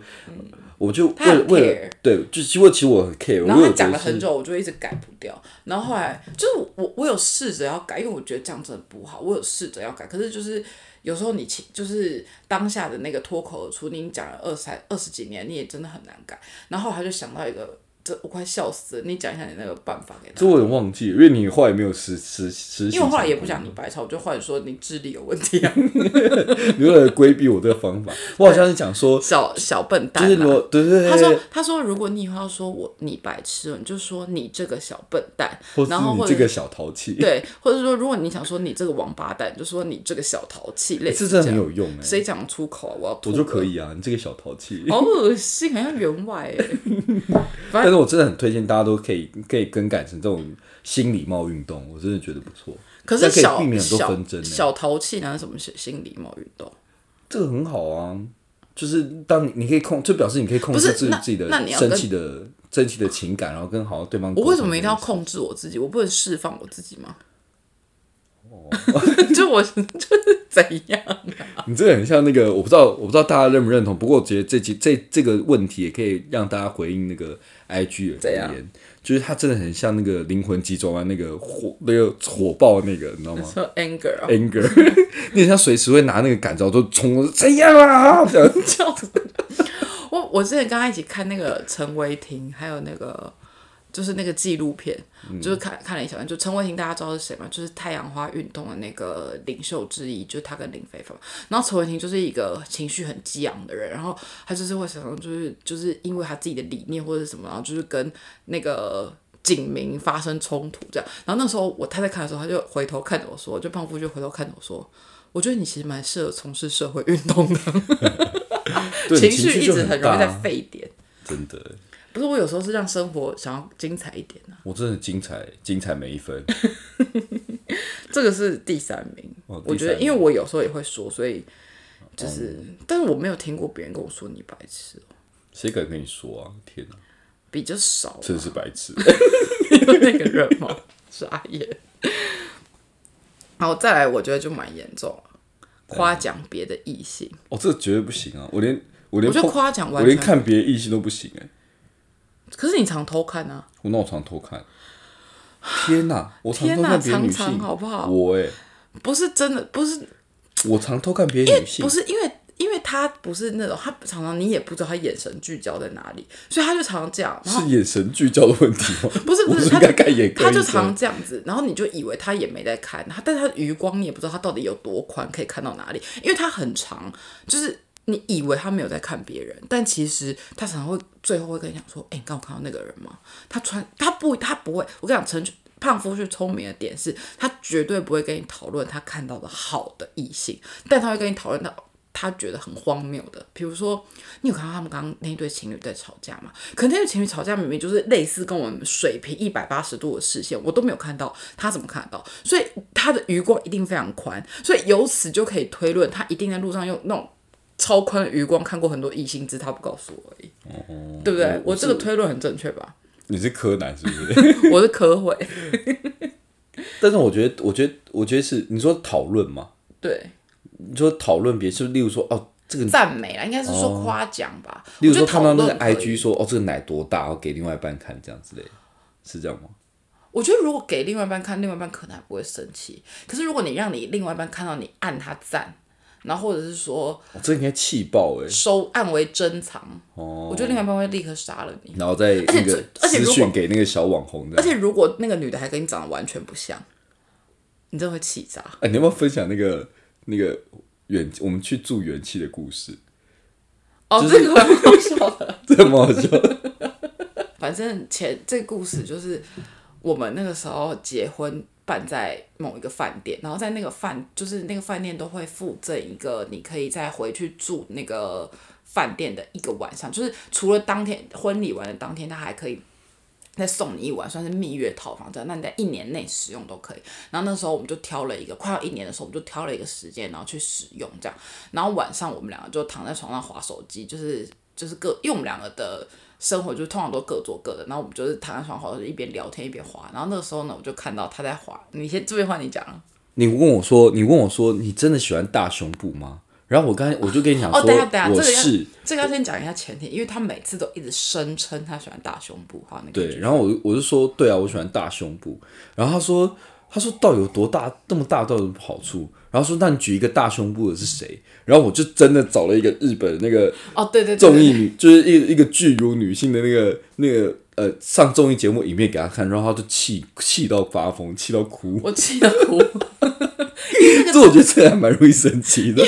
S2: 我就
S1: 嗯他
S2: 为了
S1: 很
S2: 为了
S1: care
S2: 对，就其实我其实我很 care，
S1: 然后
S2: 我
S1: 他
S2: 有
S1: 讲
S2: 觉
S1: 了
S2: 得
S1: 很
S2: 是
S1: 久，我就一直改不掉。然后后来就是我我我有试着要改，因为我觉得这样真的不好。我有试着要改，可是就是有时候你其就是当下的那个脱口而出，你已经讲了二三二十几年，你也真的很难改。然后他就想到一个，这我快笑死了。你讲一下你那个办法给他
S2: 这。我有点忘记了，因为你后来没有实实实行
S1: 因
S2: 成功，
S1: 为我后来也不讲你白吵，我就换说你智力有问题啊，
S2: 你为了规避我这个方法，我好像是讲
S1: [laughs]
S2: 说，
S1: 小小笨蛋、
S2: 就
S1: 啊。
S2: 是我对对对，
S1: 他说：“他说，如果你以后要说我你白痴，哦你就说你这个小笨蛋，
S2: 或是
S1: 然后
S2: 你
S1: 或者
S2: 这个小淘气，
S1: 对，或者说如果你想说你这个王八蛋，就说你这个小淘气，类
S2: 这
S1: 似
S2: 真的
S1: 这
S2: 很
S1: 样。
S2: 有用哎、
S1: 谁讲出口啊？我要吐
S2: 我就
S1: 了
S2: 可，以啊，你这个小淘气。
S1: 好恶心，好像员外
S2: [laughs]
S1: 哎。
S2: 但是我真的很推荐大家都可以可以更改成这种新礼貌运动，我真的觉得不错。
S1: 可
S2: 这
S1: 是
S2: 样
S1: 小
S2: 可以避免很多
S1: 小
S2: 纷争欸
S1: 小淘气哪是什么心心理冒运动？
S2: 这个很好啊，就是当你你可以控，就表示你可以控
S1: 不
S2: 制
S1: 是
S2: 自己
S1: 那
S2: 自己的
S1: 那你要
S2: 生
S1: 跟
S2: 气的生气的情感，然后跟好好对方沟
S1: 我
S2: 通。
S1: 为什么一定要控制我自己？我不能释放我自己吗？
S2: 哦
S1: [laughs] 就我就是怎样？
S2: [laughs] 你这个很像那个，我不知道，我不知道大家认不认同。不过我觉得这集这这个问题也可以让大家回应那个 IG 的
S1: 怎
S2: 留
S1: 样
S2: 言，就是他真的很像那个灵魂急转弯那个火那个火爆那个，你知道吗
S1: 说 anger 啊，
S2: ？anger，你很 [laughs] 像随时会拿那个杆子然后就冲，怎样啊？这样
S1: 笑死！ [laughs] 我我之前跟他一起看那个陈伟霆，还有那个就是那个纪录片，就是看看了一小段。就陈伟霆大家知道是谁吗？就是太阳花运动的那个领袖之一，就是他跟林非凡。然后陈伟霆就是一个情绪很激昂的人，然后他就是会常常就是就是因为他自己的理念或者什么，然后就是跟那个。警民发生冲突，这样。然后那时候我太太看的时候，他就回头看着我说，就胖夫就回头看着我说，我觉得你其实蛮适合从事社会运动的。
S2: 对
S1: 情
S2: 情
S1: 绪一
S2: 就
S1: 直
S2: 很
S1: 容易在
S2: 大啊
S1: 沸点。
S2: 真的，
S1: 不是我有时候是让生活想要精彩一点啊，
S2: 我真的精彩，精彩每一分。
S1: 这个是第三名。
S2: 哦
S1: 我觉得，
S2: 第三名哦
S1: 因为我有时候也会说，所以就是，但是我没有听过别人跟我说你白痴哦，
S2: 谁敢跟你说啊？天哪，
S1: 比较少啊。
S2: 真是白痴！
S1: 有 [laughs] 那个人吗？傻眼。然后再来，我觉得就蛮严重了，
S2: 啊
S1: 夸奖别的异性，
S2: 哦，这绝对不行啊！我连我连
S1: 我觉得
S2: 碰
S1: 夸奖
S2: 我
S1: 完
S2: 连
S1: 全。
S2: 看别的异性都不行哎、
S1: 可是你常偷看啊，
S2: 我那我常偷看。天哪，我常
S1: 天
S2: 偷
S1: 哪
S2: 看别的女性，
S1: 常常好不好
S2: 我哎、
S1: 不是真的，不是
S2: 我常偷看别的女性
S1: 不，是因为因为他不是那种，他常常你也不知道他眼神聚焦在哪里，所以他就常常这样，然后
S2: 是眼神聚焦的问题吗？
S1: [laughs] 不是不
S2: 我
S1: 是，
S2: 是
S1: 他
S2: 应该看眼科
S1: 他就
S2: 医生
S1: 常这样子，然后你就以为他也没在看，他但是他的余光你也不知道他到底有多宽，可以看到哪里，因为他很长，就是你以为他没有在看别人，但其实他常常会最后会跟你讲说，哎、你刚有看到那个人吗？他穿他不他不会，我跟你讲，陈胖夫是聪明的点是，他绝对不会跟你讨论他看到的好的异性，但他会跟你讨论到。他觉得很荒谬的，比如说，你有看到他们刚刚那一对情侣在吵架吗？可那对情侣吵架明明就是类似跟我们水平一百八十度的视线，我都没有看到，他怎么看得到？所以他的余光一定非常宽，所以由此就可以推论，他一定在路上用那种超宽的余光看过很多异性，只是他不告诉我而已，对不对？哦我这个推论很正确吧？
S2: 你是柯南是不是？ [laughs]
S1: [laughs] 我是科会，
S2: 但是我觉得，我觉得，我觉得是你说讨论嘛，
S1: 对，
S2: 你说讨论别，是不是例如说哦，这个，
S1: 赞美啦，应该是说夸奖吧。
S2: 哦例如
S1: 我觉
S2: 说
S1: 得
S2: 看到那
S1: 讨
S2: 个
S1: 论可以
S2: IG 说哦，这个奶多大，然后给另外一半看这样之类的，是这样吗？
S1: 我觉得如果给另外一半看，另外一半可能还不会生气。可是如果你让你另外一半看到你按他赞，然后或者是说
S2: 哦、这应该气爆哎、
S1: 收暗为珍藏，
S2: 哦，
S1: 我觉得另外一半会立刻杀了你。
S2: 然后再那个
S1: 而且
S2: 私
S1: 如果
S2: 讯给那个小网红
S1: 而
S2: 的。
S1: 且如果那个女的还跟你长得完全不像，你真的会气炸。
S2: 哎、你要不要分享那个那个元我们去住元气的故事？ [laughs]
S1: 哦，这个蛮好笑的。
S2: 这个蛮好笑的。
S1: 反正前这个故事就是我们那个时候结婚办在某一个饭店，然后在那个饭就是那个饭店都会附赠一个你可以再回去住那个饭店的一个晚上，就是除了当天婚礼完的当天，他还可以。再送你一晚，算是蜜月套房这样，那你在一年内使用都可以。然后那时候我们就挑了一个，快要一年的时候，我们就挑了一个时间，然后去使用这样。然后晚上我们两个就躺在床上划手机，就是就是各，因为我们两个的生活就是通常都各做各的，然后我们就是躺在床上划手机，一边聊天一边划。然后那个时候呢，我就看到他在划，你先这边换你讲啊。
S2: [laughs] 你问我说，你问我说，你真的喜欢大胸部吗？然后我刚才我就跟你讲说，
S1: 哦，等一下等一下，这
S2: 我
S1: 个
S2: 是
S1: 要这个要先讲一下前提，因为他每次都一直声称他喜欢大胸部，好，那个
S2: 对，然后我就我就说，对啊，我喜欢大胸部。然后他说，他说到底有多大？那么大到底有什么好处？然后说，那你举一个大胸部的是谁？然后我就真的找了一个日本那个
S1: 哦，对对对
S2: 综艺
S1: 对，
S2: 女，就是一一个巨乳女性的那个那个呃上综艺节目影片给他看，然后他就气气到发疯，气到哭。
S1: 我气得哭， [laughs]
S2: 这我觉得这个还蛮容易生气的。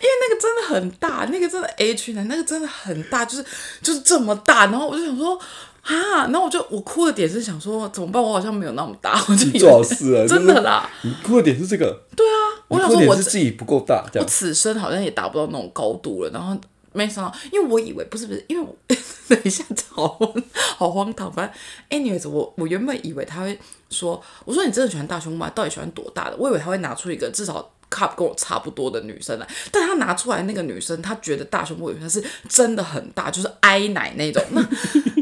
S1: 那个真的很大，那个真的 H 男，那个真的很大，就是就是这么大。然后我就想说啊，然后我就我哭的点是想说怎么办，我好像没有那么大，我就
S2: 你
S1: 以
S2: 最好
S1: 为
S2: 是啊，
S1: 真的啦。
S2: 你哭的点是这个，
S1: 啊我
S2: 你
S1: 想
S2: 哭
S1: 说
S2: 的
S1: 我
S2: 点是自己不够大，这
S1: 我
S2: 样
S1: 此生好像也达不到那种高度了，然后没想到，因为我以为不是不是，因为我 [laughs] 等一下这好荒好荒唐，反正 anyways，我我原本以为他会说，我说你真的喜欢大胸吗？到底喜欢多大的？我以为他会拿出一个至少 cup 跟我差不多的女生来，但他拿出来那个女生，他觉得大胸部的女生是真的很大，就是挨奶那种，
S2: [laughs]
S1: 那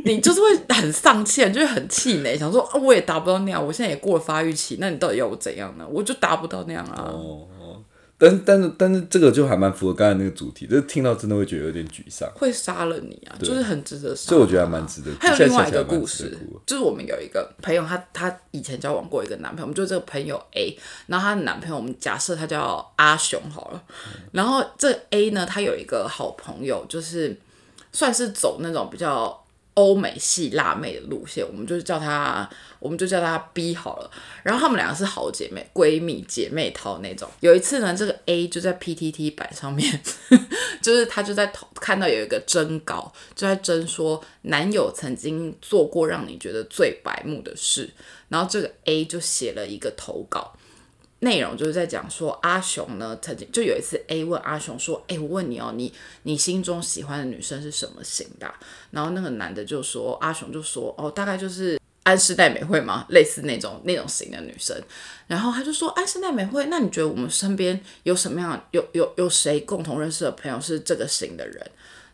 S1: 你就是会很丧气，你就会很气馁，想说啊我也达不到那样，我现在也过了发育期，那你到底要我怎样呢？我就达不到那样啊。
S2: 哦哦，但但是但是这个就还蛮符合刚才那个主题，这听到真的会觉得有点沮丧，
S1: 会杀了你啊，就是很值得杀。啊
S2: 所以我觉得还蛮值得
S1: 还有
S2: 现在
S1: 另外
S2: 想
S1: 一
S2: 起来
S1: 个
S2: 还蛮
S1: 故
S2: 值得
S1: 事
S2: 哭的，
S1: 就是我们有一个朋友，她她以前交往过一个男朋友，我们就这个朋友 A，然后她的男朋友我们假设他叫阿雄好了，
S2: 嗯
S1: 然后这个 A 呢，他有一个好朋友，就是算是走那种比较欧美系辣妹的路线，我们就叫她，我们就叫她 B 好了。然后她们两个是好姐妹、闺蜜、姐妹淘那种。有一次呢，这个 A 就在 PTT 版上面，就是她就在讨看到有一个征稿，就在征说男友曾经做过让你觉得最白目的事，然后这个 A 就写了一个投稿。内容就是在讲说阿雄呢，曾经就有一次 A 问阿雄说：“哎、我问你哦，你你心中喜欢的女生是什么型的啊、然后那个男的就说，阿雄就说：“哦，大概就是安室奈美惠嘛，类似那种那种型的女生。”然后他就说：“哎安室奈美惠，那你觉得我们身边有什么样的有有有谁共同认识的朋友是这个型的人？”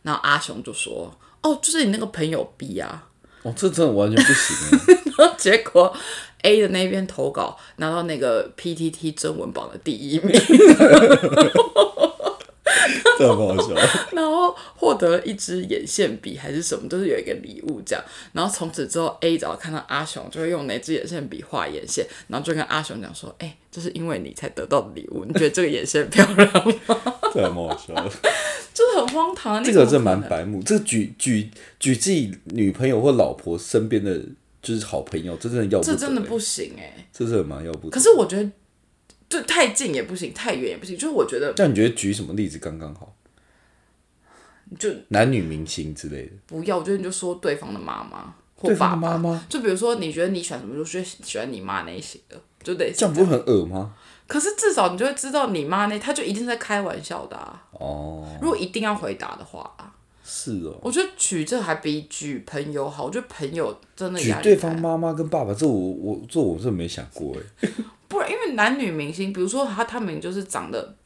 S1: 然后阿雄就说：“哦，就是你那个朋友 B 啊。” [laughs]
S2: 哦，这真的完全不行啊
S1: 然后结果 A 的那边投稿拿到那个 PTT 征文榜的第一名，
S2: 真的不好笑。
S1: 然后获得了一支眼线笔还是什么，就是有一个礼物这样。然后从此之后，A 只要看到阿雄，就会用哪支眼线笔画眼线，然后就跟阿雄讲说：“哎、这是因为你才得到的礼物，你觉得这个眼线漂亮吗？”
S2: 这蛮好笑的。
S1: [laughs] 就是很荒唐啊。你
S2: 这个
S1: 怎
S2: 真
S1: 么可
S2: 蛮
S1: 能
S2: 白目，这个举举举自己女朋友或老婆身边的就是好朋友，这真的要不
S1: 这
S2: 得、
S1: 真的
S2: 欸
S1: 不行哎、
S2: 这是蛮要不得
S1: 可。是我觉得，就太近也不行，太远也不行。就是我觉得，
S2: 但你觉得举什么例子刚刚好？
S1: 就
S2: 男女明星之类的，
S1: 不要，我觉得你就说对方的妈妈或
S2: 对
S1: 爸
S2: 方的
S1: 爸。
S2: 妈妈
S1: 就比如说，你觉得你喜欢什么，就说喜欢你妈那一型的，就得
S2: 这样不会很恶吗？
S1: 可是至少你就会知道你妈那，她就一定在开玩笑的啊。
S2: 哦，
S1: 如果一定要回答的话啊，
S2: 是哦。
S1: 我觉得举这还比举朋友好。我觉得朋友真的
S2: 举
S1: 压力
S2: 对
S1: 太
S2: 方妈妈跟爸爸，这我我这我真的没想过哎。
S1: 不然，因为男女明星，比如说他他们就是长得，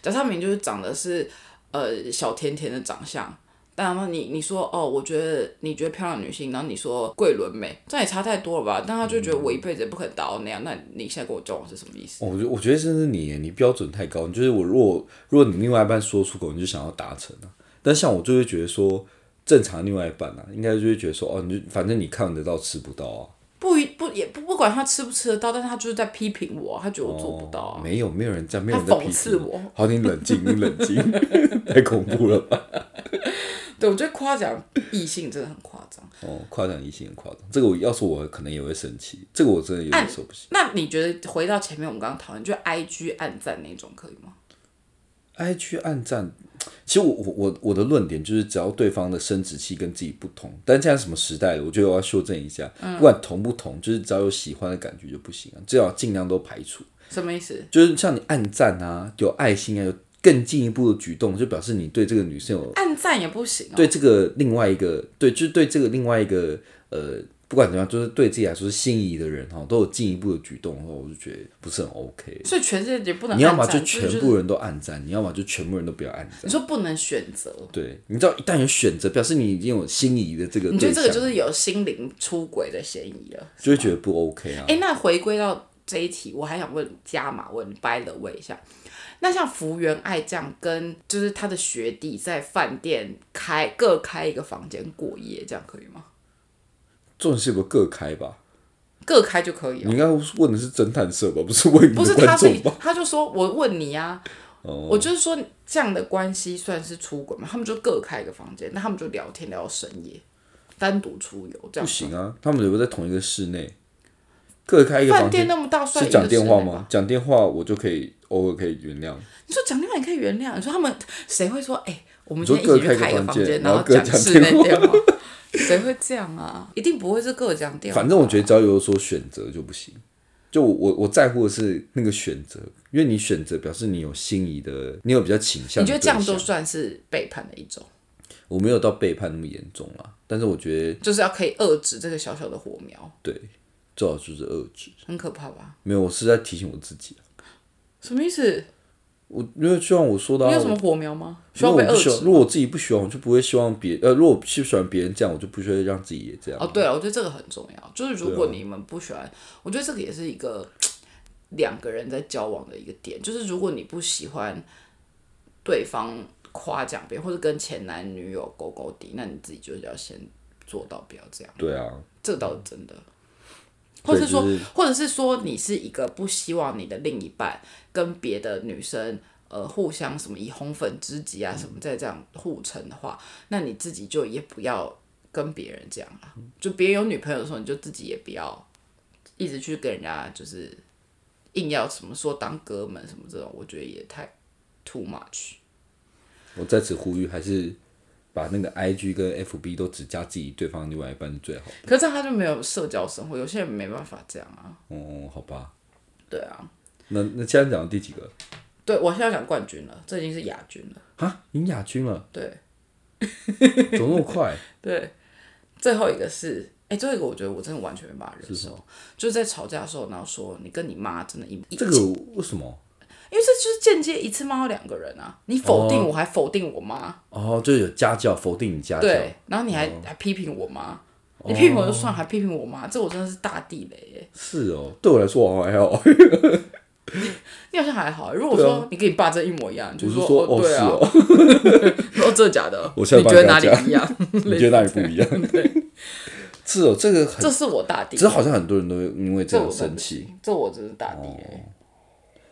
S1: 假设他们就是长得是呃小甜甜的长相，但那你你说哦，我觉得你觉得漂亮的女性，然后你说桂纶镁，这样也差太多了吧？但他就觉得我一辈子也不可能达到那样，那你现在跟我交往是什么意思？
S2: 哦我觉得我觉得甚至你耶，你标准太高。就是我如果如果你另外一半说出口，你就想要达成啊。但像我就会觉得说，正常另外一半啊，应该就会觉得说，哦，你就反正你看得到吃不到啊。
S1: 不一不也不不管他吃不吃得到，但他就是在批评我，他觉得我做不到啊。
S2: 哦没有，没有人在，没有人
S1: 他讽
S2: 在批评啊
S1: 刺我。
S2: 好，你冷静，你冷静， [laughs] 太恐怖了吧？
S1: 对，我觉得夸奖异性真的很夸张。
S2: 哦，夸奖异性很夸张，这个我要是我可能也会生气，这个我真的有
S1: 哎
S2: 点受不起。
S1: 那你觉得回到前面我们刚刚讨论，就 I G 暗赞那种可以吗？
S2: I 哎去暗赞，其实我我我我的论点就是，只要对方的生殖器跟自己不同，但现在什么时代了，我觉得我要修正一下，
S1: 嗯
S2: 不管同不同，就是只要有喜欢的感觉就不行啊，最好尽量都排除。
S1: 什么意思？
S2: 就是像你暗赞啊，有爱心啊，有更进一步的举动，就表示你对这个女生有
S1: 暗赞也不行哦。
S2: 对这个另外一个，对，就是对这个另外一个，呃，不管怎么样，就是对自己来说是心仪的人哈，都有进一步的举动的话，我就觉得不是很 OK。
S1: 所以全世界也不能
S2: 你要么
S1: 按
S2: 就
S1: 赞
S2: 全
S1: 是
S2: 部人都暗赞，你要么就全部人都不要暗赞。
S1: 你说不能选择，
S2: 对，你知道一旦有选择，表示你已经有心仪的这个
S1: 你觉得
S2: 对
S1: 这个
S2: 象，
S1: 就是有心灵出轨的嫌疑了？
S2: 就会觉得不 OK 啊。
S1: 哎、那回归到这一题，我还想问加码问 by the way 一下，那像福原爱这样跟就是他的学弟在饭店开各开一个房间过夜，这样可以吗？
S2: 重点是有个各开吧？
S1: 各开就可以、
S2: 你
S1: 哦。
S2: 应该问的是侦探社吧，不是问你
S1: 不是
S2: 的
S1: 他
S2: 观
S1: 是
S2: 众吧？
S1: 他就说我问你啊，
S2: 哦
S1: 我就是说这样的关系算是出轨吗？他们就各开一个房间，那他们就聊天聊到深夜，单独出游这
S2: 不
S1: 样。
S2: 行啊，他们有没有在同一个室内？各开一个
S1: 饭
S2: 房间
S1: 店那么大，算
S2: 是
S1: 一个
S2: 讲电话
S1: 室内吧
S2: 吗？讲电话我就可以偶尔可以原谅。
S1: 你说讲电话你可以原谅，你说他们谁会说哎、我们
S2: 你
S1: 今天
S2: 说
S1: 一起
S2: 各
S1: 去
S2: 开
S1: 开
S2: 一
S1: 一
S2: 个
S1: 个
S2: 房
S1: 房
S2: 间
S1: 然
S2: 然
S1: 后
S2: 后各
S1: 讲
S2: 讲
S1: 室内
S2: 电话
S1: 电话？谁会这样啊？一定不会是各讲嗯电话。
S2: 反正我觉得只要有所选择就不行。就我我我在乎的是那个选择，因为你选择表示你有心仪的，你有比较倾向
S1: 你
S2: 的
S1: 觉得
S2: 对象。
S1: 这样都算是背叛的一种，
S2: 我没有到背叛那么严重啦，但是我觉得
S1: 就是要可以遏制这个小小的火苗，
S2: 对，最好就是遏制。
S1: 很可怕吧？
S2: 没有，我是在提醒我自己啊。
S1: 什么意思？
S2: 我因为就像我说的、啊，
S1: 你有什
S2: 我
S1: 么火苗吗？需
S2: 如
S1: 要
S2: 果
S1: 被
S2: 我不
S1: 遏
S2: 喜欢，
S1: 制？
S2: 如果我自己不喜欢，我就不会希望别呃，如果我不喜欢别人这样，我就不会让自己也这样。啊
S1: 哦，对了，我觉得这个很重要。就是如果你们不喜欢，我觉得这个也是一个两个人在交往的一个点，就是如果你不喜欢对方夸奖别人，或者跟前男女友勾勾底，那你自己就是要先做到不要这样，
S2: 对啊，
S1: 这倒是真的。或
S2: 对
S1: 者说，
S2: 就
S1: 或者是说，你是一个不希望你的另一半跟别的女生呃互相什么以红粉知己啊什么再这样互称的话，那你自己就也不要跟别人这样啊。就别人有女朋友的时候，你就自己也不要一直去跟人家就是硬要什么说当哥们什么这种，我觉得也太 too much。
S2: 我在此呼吁，还是把那个 I G 跟 F B 都只加自己对方另外一半是最好。
S1: 可是这样他就没有社交生活，有些人没办法这样啊。
S2: 哦，好吧。
S1: 对啊，
S2: 那那现在讲到第几个
S1: 对我现在要讲冠军了，这已经是亚军了。
S2: 啊？赢亚军了，
S1: 对
S2: 怎么那
S1: [laughs]
S2: 么快？
S1: 对，最后一个是，哎、最后一个我觉得我真的完全没办法忍受，就是在吵架的时候，然后说你跟你妈真的一，一
S2: 这个为什么？
S1: 因为这就是间接一次骂到两个人啊，你否定我还否定我妈，
S2: 哦，就有家教否定你家教，
S1: 啊对，然后你还、还批评我妈，
S2: 哦
S1: 你批评我就算，还批评我妈，这我真的是大地雷耶。
S2: 是哦。对我来说我还好，我
S1: 你好像还好，如果说你跟你爸真一模一样，你就是说
S2: 说
S1: 哦
S2: 哦
S1: 对
S2: 啊是
S1: 啊，[laughs]
S2: 哦， [laughs]
S1: 哦真的假的？
S2: 我下
S1: 你
S2: 班
S1: 觉得
S2: 跟
S1: 哪
S2: 他
S1: 里一样？
S2: [laughs] 你觉得哪里不一样？
S1: [laughs]
S2: 是哦，这个很，
S1: 这是我大地
S2: 这
S1: 雷，
S2: 好像很多人都会因为这
S1: 这
S2: 个
S1: 我真的
S2: 生
S1: 不
S2: 气。
S1: 行，这我真是大地雷。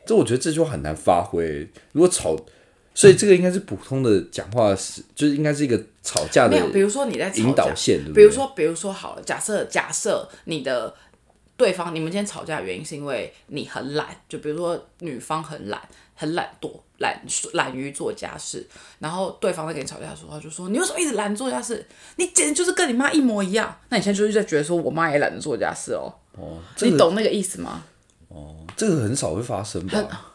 S2: 这我觉得这就很难发挥。如果吵，所以这个应该是普通的讲话是，就是应该是一个吵架
S1: 没
S2: 的
S1: 有，比如说你在吵架
S2: 哦引导线，对不对？
S1: 比如，说，比如说好了，假设假设你的对方，你们今天吵架的原因是因为你很懒，就比如说女方很懒，很懒惰，懒懒于做家事，然后对方在跟你吵架的时候，他就说你为什么一直懒得做家事？你简直就是跟你妈一模一样。那你现在就是在觉得说我妈也懒得做家事哦，
S2: 哦，这
S1: 你
S2: 个
S1: 懂那个意思吗？
S2: 这个很少会发生吧？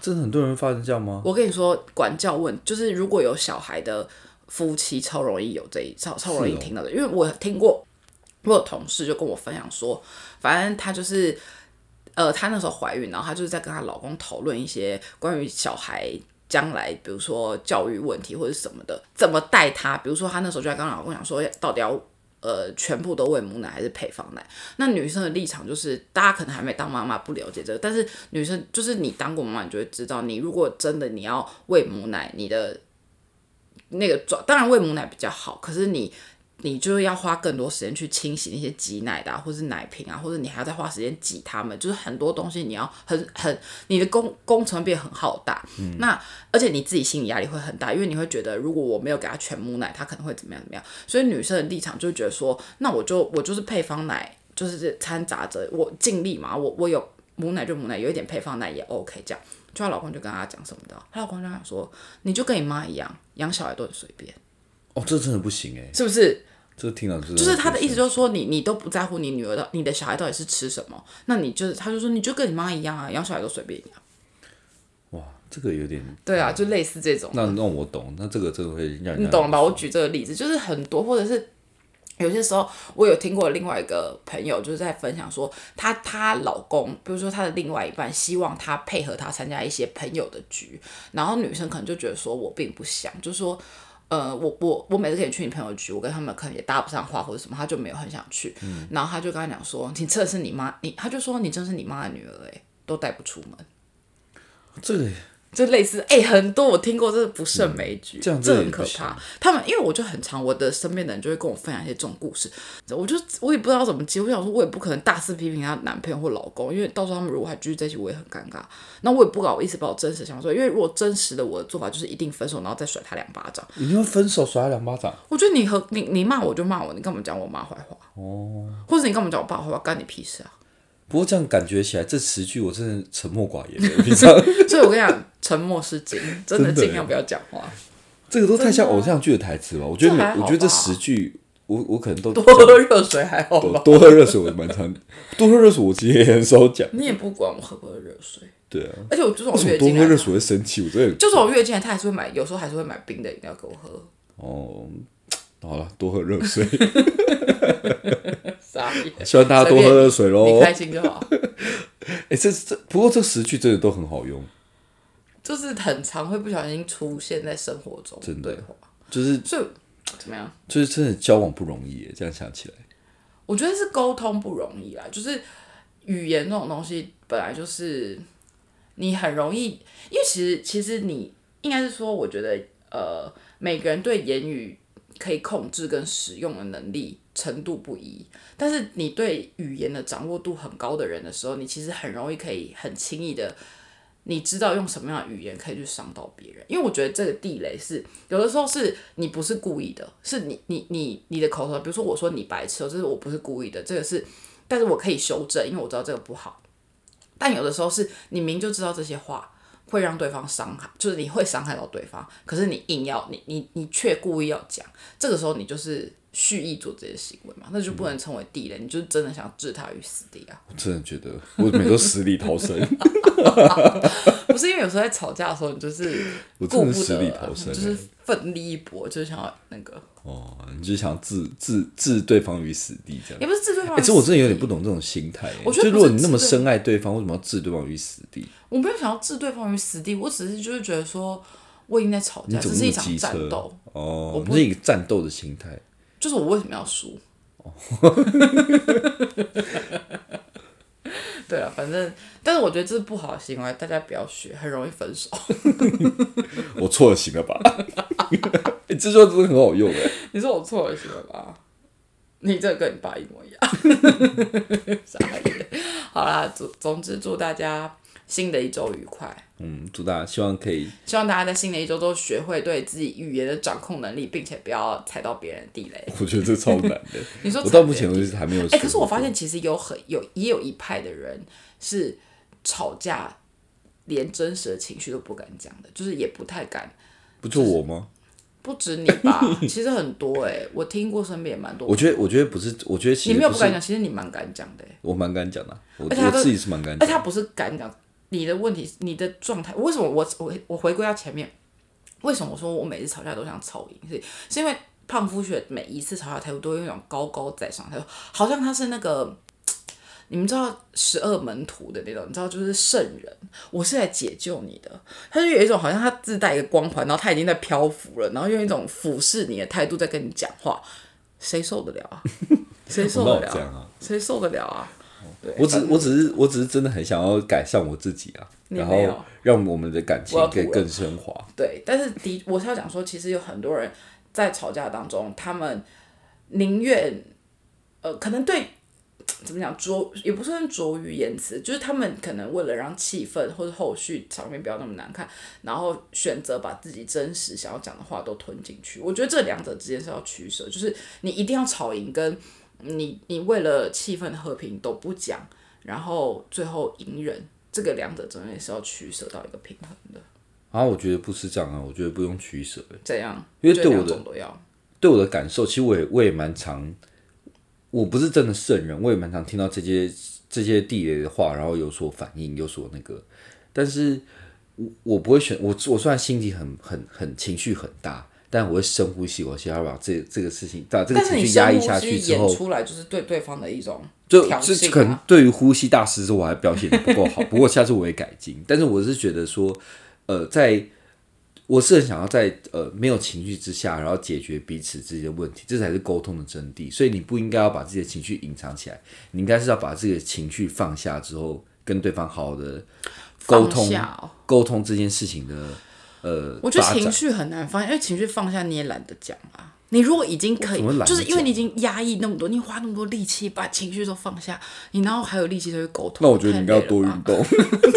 S2: 真的很多人会发生这样吗？
S1: 我跟你说，管教问就是如果有小孩的夫妻，超容易有这一超超容易
S2: 是哦
S1: 听到的，因为我听过，我有同事就跟我分享说，反正她就是。呃，她那时候怀孕，然后她就是在跟她老公讨论一些关于小孩将来，比如说教育问题或者什么的，怎么带他。比如说她那时候就在跟她老公讲说，到底要呃全部都喂母奶还是配方奶？那女生的立场就是，大家可能还没当妈妈，不了解这个，但是女生就是你当过妈妈，你就会知道，你如果真的你要喂母奶，你的那个状，当然喂母奶比较好，可是你。你就是要花更多时间去清洗那些挤奶的、啊，或是奶瓶啊，或者你还要再花时间挤它们，就是很多东西你要很很你的工工程变很浩大。那而且你自己心理压力会很大，因为你会觉得如果我没有给他全母奶，他可能会怎么样怎么样。所以女生的立场就会觉得说，那我就我就是配方奶，就是掺杂着我尽力嘛，我我有母奶就母奶，有一点配方奶也 OK 这样。就她老公就跟她讲什么的，她老公就跟她说，你就跟你妈一样，养小孩都很随便，
S2: 哦，这真的不行哎，
S1: 是不是？嗯
S2: 这听到就
S1: 就是他的意思，
S2: 就
S1: 就是说你你都不在乎你女儿的你的小孩到底是吃什么，那你就是他就说你就跟你妈一样啊，养小孩都随便养。
S2: 哇，这个有点，
S1: 对啊，就类似这种。
S2: 那那我懂，那这个真的会让人家
S1: 你懂了吧？我举这个例子，就是很多，或者是有些时候，我有听过另外一个朋友就是在分享说，她她老公，比如说她的另外一半，希望她配合她参加一些朋友的局，然后女生可能就觉得说我并不想，就是说。呃，我我我每次可以去你朋友局，我跟他们可能也搭不上话或者什么，他就没有很想去。
S2: 嗯
S1: 然后他就跟他讲说：“你真的是你妈，你他就说你真是你妈的女儿、欸，都带不出门。
S2: 这个”
S1: 就类似哎、欸很多我听过，嗯这是不胜枚举，
S2: 这样真的
S1: 很可
S2: 也不行
S1: 怕。他们因为我就很常，我的身边的人就会跟我分享一些这种故事，我就我也不知道怎么接。我想说，我也不可能大肆批评她男朋友或老公，因为到时候他们如果还继续在一起，我也很尴尬。那我也不好意思把我真实的想法说，因为如果真实的我的做法就是一定分手，然后再甩他两巴掌。
S2: 你会分手甩他两巴掌，
S1: 我觉得你和你你骂我就骂我，你干嘛讲我妈坏话？哦，或者你干嘛讲我爸坏话，干你屁事啊！
S2: 不过这样感觉起来，这十句我真的沉默寡言了，平常
S1: 所以我跟你讲，沉默是 [laughs] 金，真的
S2: 真的
S1: 尽量不要讲话。
S2: 这个都太像偶像剧的台词了。我觉
S1: 这
S2: 得
S1: 还好
S2: 每，我觉得这
S1: 吧
S2: 十句，我我可能都
S1: [laughs] 多喝热水还好吧
S2: 多？多喝热水，我蛮常多喝热水，我其实也很少
S1: [laughs]
S2: 讲。
S1: 你也不管我喝不喝热水，
S2: 对啊，
S1: 而且我就算
S2: 为
S1: 我
S2: 什么
S1: 月
S2: 多
S1: 经
S2: 喝
S1: 来，
S2: 热水会生气？我真的
S1: 就算我月经来，他还是会买，有时候还是会买冰的饮料给我喝。
S2: 哦，好了，多喝热
S1: [laughs]
S2: 水，
S1: 傻眼，
S2: 希望大家多喝热水
S1: 你
S2: 喽。
S1: 开心就好。 [laughs]
S2: 哎，这这不过这十句真的都很好用，
S1: 就是很常会不小心出现在生活中
S2: 真的
S1: 对话，
S2: 就是
S1: 所以怎么样？
S2: 就是真的交往不容易耶，这样想起来，
S1: 我觉得是沟通不容易啦，就是语言这种东西本来就是你很容易，因为其实其实你应该是说，我觉得呃，每个人对言语可以控制跟使用的能力程度不一，但是你对语言的掌握度很高的人的时候，你其实很容易可以很轻易的。你知道用什么样的语言可以去伤到别人，因为我觉得这个地雷是有的时候是你不是故意的，是你你你你的口头，比如说我说你白痴哦，这是我不是故意的，这个是，但是我可以修正，因为我知道这个不好。但有的时候是你明就知道这些话会让对方伤害，就是你会伤害到对方，可是你硬要你你你却故意要讲，这个时候你就是蓄意做这些行为嘛，那就不能称为地雷，你就是真的想置他于死地啊！
S2: 我真的觉得我每天都死里逃生。 [laughs]
S1: 不是因为有时候在吵架的时候，你就是
S2: 我
S1: 顾
S2: 真
S1: 不得
S2: 的是
S1: 啊、
S2: 死里逃生
S1: 就是奋力一搏，就是想要那个，
S2: 哦，你就想置置置对方于死地这样。
S1: 也不是置对方
S2: 哎、
S1: 于死
S2: 这
S1: 地。
S2: 我真的有点不懂这种心态耶。
S1: 我觉得
S2: 就
S1: 不
S2: 如果
S1: 是
S2: 你那么
S1: 置对
S2: 深爱对方，为什么要置对方于死地？
S1: 我没有想要置对方于死地，我只是就是觉得说我已经在吵
S2: 你
S1: 架，
S2: 怎
S1: 啊这
S2: 么
S1: 是
S2: 那
S1: 一
S2: 么
S1: 场
S2: 机
S1: 战
S2: 车
S1: 斗，？
S2: 哦，这是一个战斗的心态。
S1: 就是我为什么要输？ [laughs] 对啊，反正，但是我觉得这是不好的行为，大家不要学，很容易分手。
S2: 我错了，行了吧？ [laughs] 欸、这句话真的很好用哎。
S1: 你说我错 [laughs] 了行为吧？你这个跟你爸一模一样，傻眼。好啦，总总之祝大家新的一周愉快。
S2: 嗯，祝大家希望可以
S1: 希望大家在新的一周都学会对自己语言的掌控能力，并且不要踩到别人的地雷。
S2: 我觉得这超难
S1: [laughs]
S2: 的。
S1: 你说
S2: 我
S1: 踩
S2: 到
S1: 别
S2: 目
S1: 人
S2: 前为止还没有。
S1: 哎、可是我发现，其实有很有也有一派的人是吵架连真实的情绪都不敢讲的，就是也不太敢。
S2: 不就我吗？
S1: 不止你
S2: [laughs]
S1: 吧，其实很多哎、我听过身边也蛮多。
S2: 我觉得，我觉得不是，我觉得其
S1: 你
S2: 实
S1: 没有
S2: 不
S1: 不
S2: 是
S1: 敢，讲，其实你蛮敢讲的、欸。
S2: 我蛮敢讲的啊。我
S1: 而且他
S2: 我
S1: 都
S2: 自己是蛮敢
S1: 而
S2: 讲的。
S1: 他不是敢讲，你的问题，你的状态，为什么我我我回归到前面，为什么我说我每次吵架都想吵赢？是是因为胖夫学每一次吵架态度都有一种高高在上的态度，好像他是那个。你们知道十二门徒的那种，你知道就是圣人，我是来解救你的。他就有一种好像他自带一个光环，然后他已经在漂浮了，然后用一种俯视你的态度在跟你讲话，谁受得了啊？谁受得
S2: 我哪有这
S1: 了
S2: 样啊？
S1: 谁受得了啊？对，啊
S2: 我只我只是我只是真的很想要改善我自己啊，
S1: 你
S2: 然
S1: 没有
S2: 后让我们的感情
S1: 我要吐
S2: 可以
S1: 了
S2: 更升华。
S1: 对，但是的，我是要讲说，其实有很多人在吵架当中，他们宁愿呃，可能对怎么讲拙，也不算拙于言辞，就是他们可能为嗯了让气氛或者后续场面不嗯要那么难看，然后选择把自己真实想要讲的话都吞进去。我觉得这两者之间是要取舍，就是你一定要吵赢，跟你你为了气氛和平都不讲，然后最后隐忍，这个两者中间是要取舍到一个平衡的。
S2: 啊，我觉得不是这样啊，我觉得不用取舍。
S1: 怎样？
S2: 因为
S1: 就
S2: 对我
S1: 两
S2: 的
S1: 种都要。
S2: 对我的感受，其实我也我也蛮常，我不是真的圣人，我也蛮常听到这些这些地雷的话，然后有所反应，有所那个，但是我我不会选我我虽然心里很很很情绪很大，但我会深呼吸，我先要把这这个事情把这个
S1: 但是
S2: 情
S1: 你
S2: 绪压抑
S1: 深
S2: 下
S1: 呼
S2: 去
S1: 吸
S2: 之
S1: 演
S2: 后。
S1: 出来，就是对对方的一种
S2: 就
S1: 挑
S2: 这
S1: 衅
S2: 可能
S1: 啊。
S2: 对于呼吸大师，我还表现的不够好。不过下次我会改进。但是我是觉得说，呃，在我是很想要在呃没有情绪之下，然后解决彼此之间的问题，这才是沟通的真谛。所以你不应该要把自己的情绪隐藏起来，你应该是要把自己的情绪放下之后，跟对方好好的沟
S1: 放
S2: 通
S1: 下哦，
S2: 沟通这件事情的呃
S1: 我觉得
S2: 发
S1: 情
S2: 展。
S1: 绪很难放下，因为情绪放下你也懒得讲啊。你如果已经可以
S2: 我怎么，懒得
S1: 就是因为你已经压抑那么多，你花那么多力气把情绪都放下，你然后还有力气再去沟通？
S2: 那我觉得你应该要
S1: 太累了
S2: 多
S1: 吧。
S2: 运
S1: [laughs]
S2: 动， [laughs]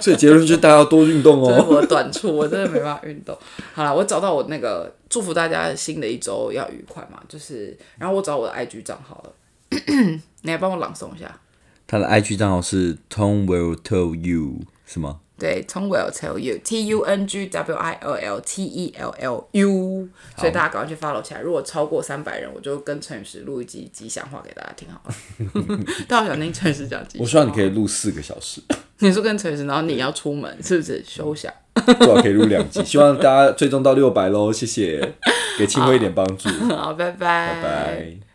S2: 所以结论就是大家要多运动
S1: 这是
S2: 哦。
S1: 我的短处，我真的没办法运动。好了，我找到我那个祝福大家新的一周要愉快嘛，就是，然后我找我的 IG 账号了， [coughs] 你来帮我朗诵一下。
S2: 他的 IG 账号是 Tom will tell you 是吗？
S1: 对，Tong will tell you T U N G W I L L T E L L U，所以大家赶快去 follow 起来。如果超过三百人，我就跟陈宇石录一集吉祥话给大家听好了。 [laughs] 大家想听陈宇石讲吉祥话？
S2: 我希望你可以录四个小时， [laughs]
S1: 你说跟陈宇石，然后你要出门是不是休想？
S2: 最好可以录两集。希望大家最终到六百喽，谢谢，给清辉一点帮助，
S1: [laughs] 好，拜拜
S2: 拜拜。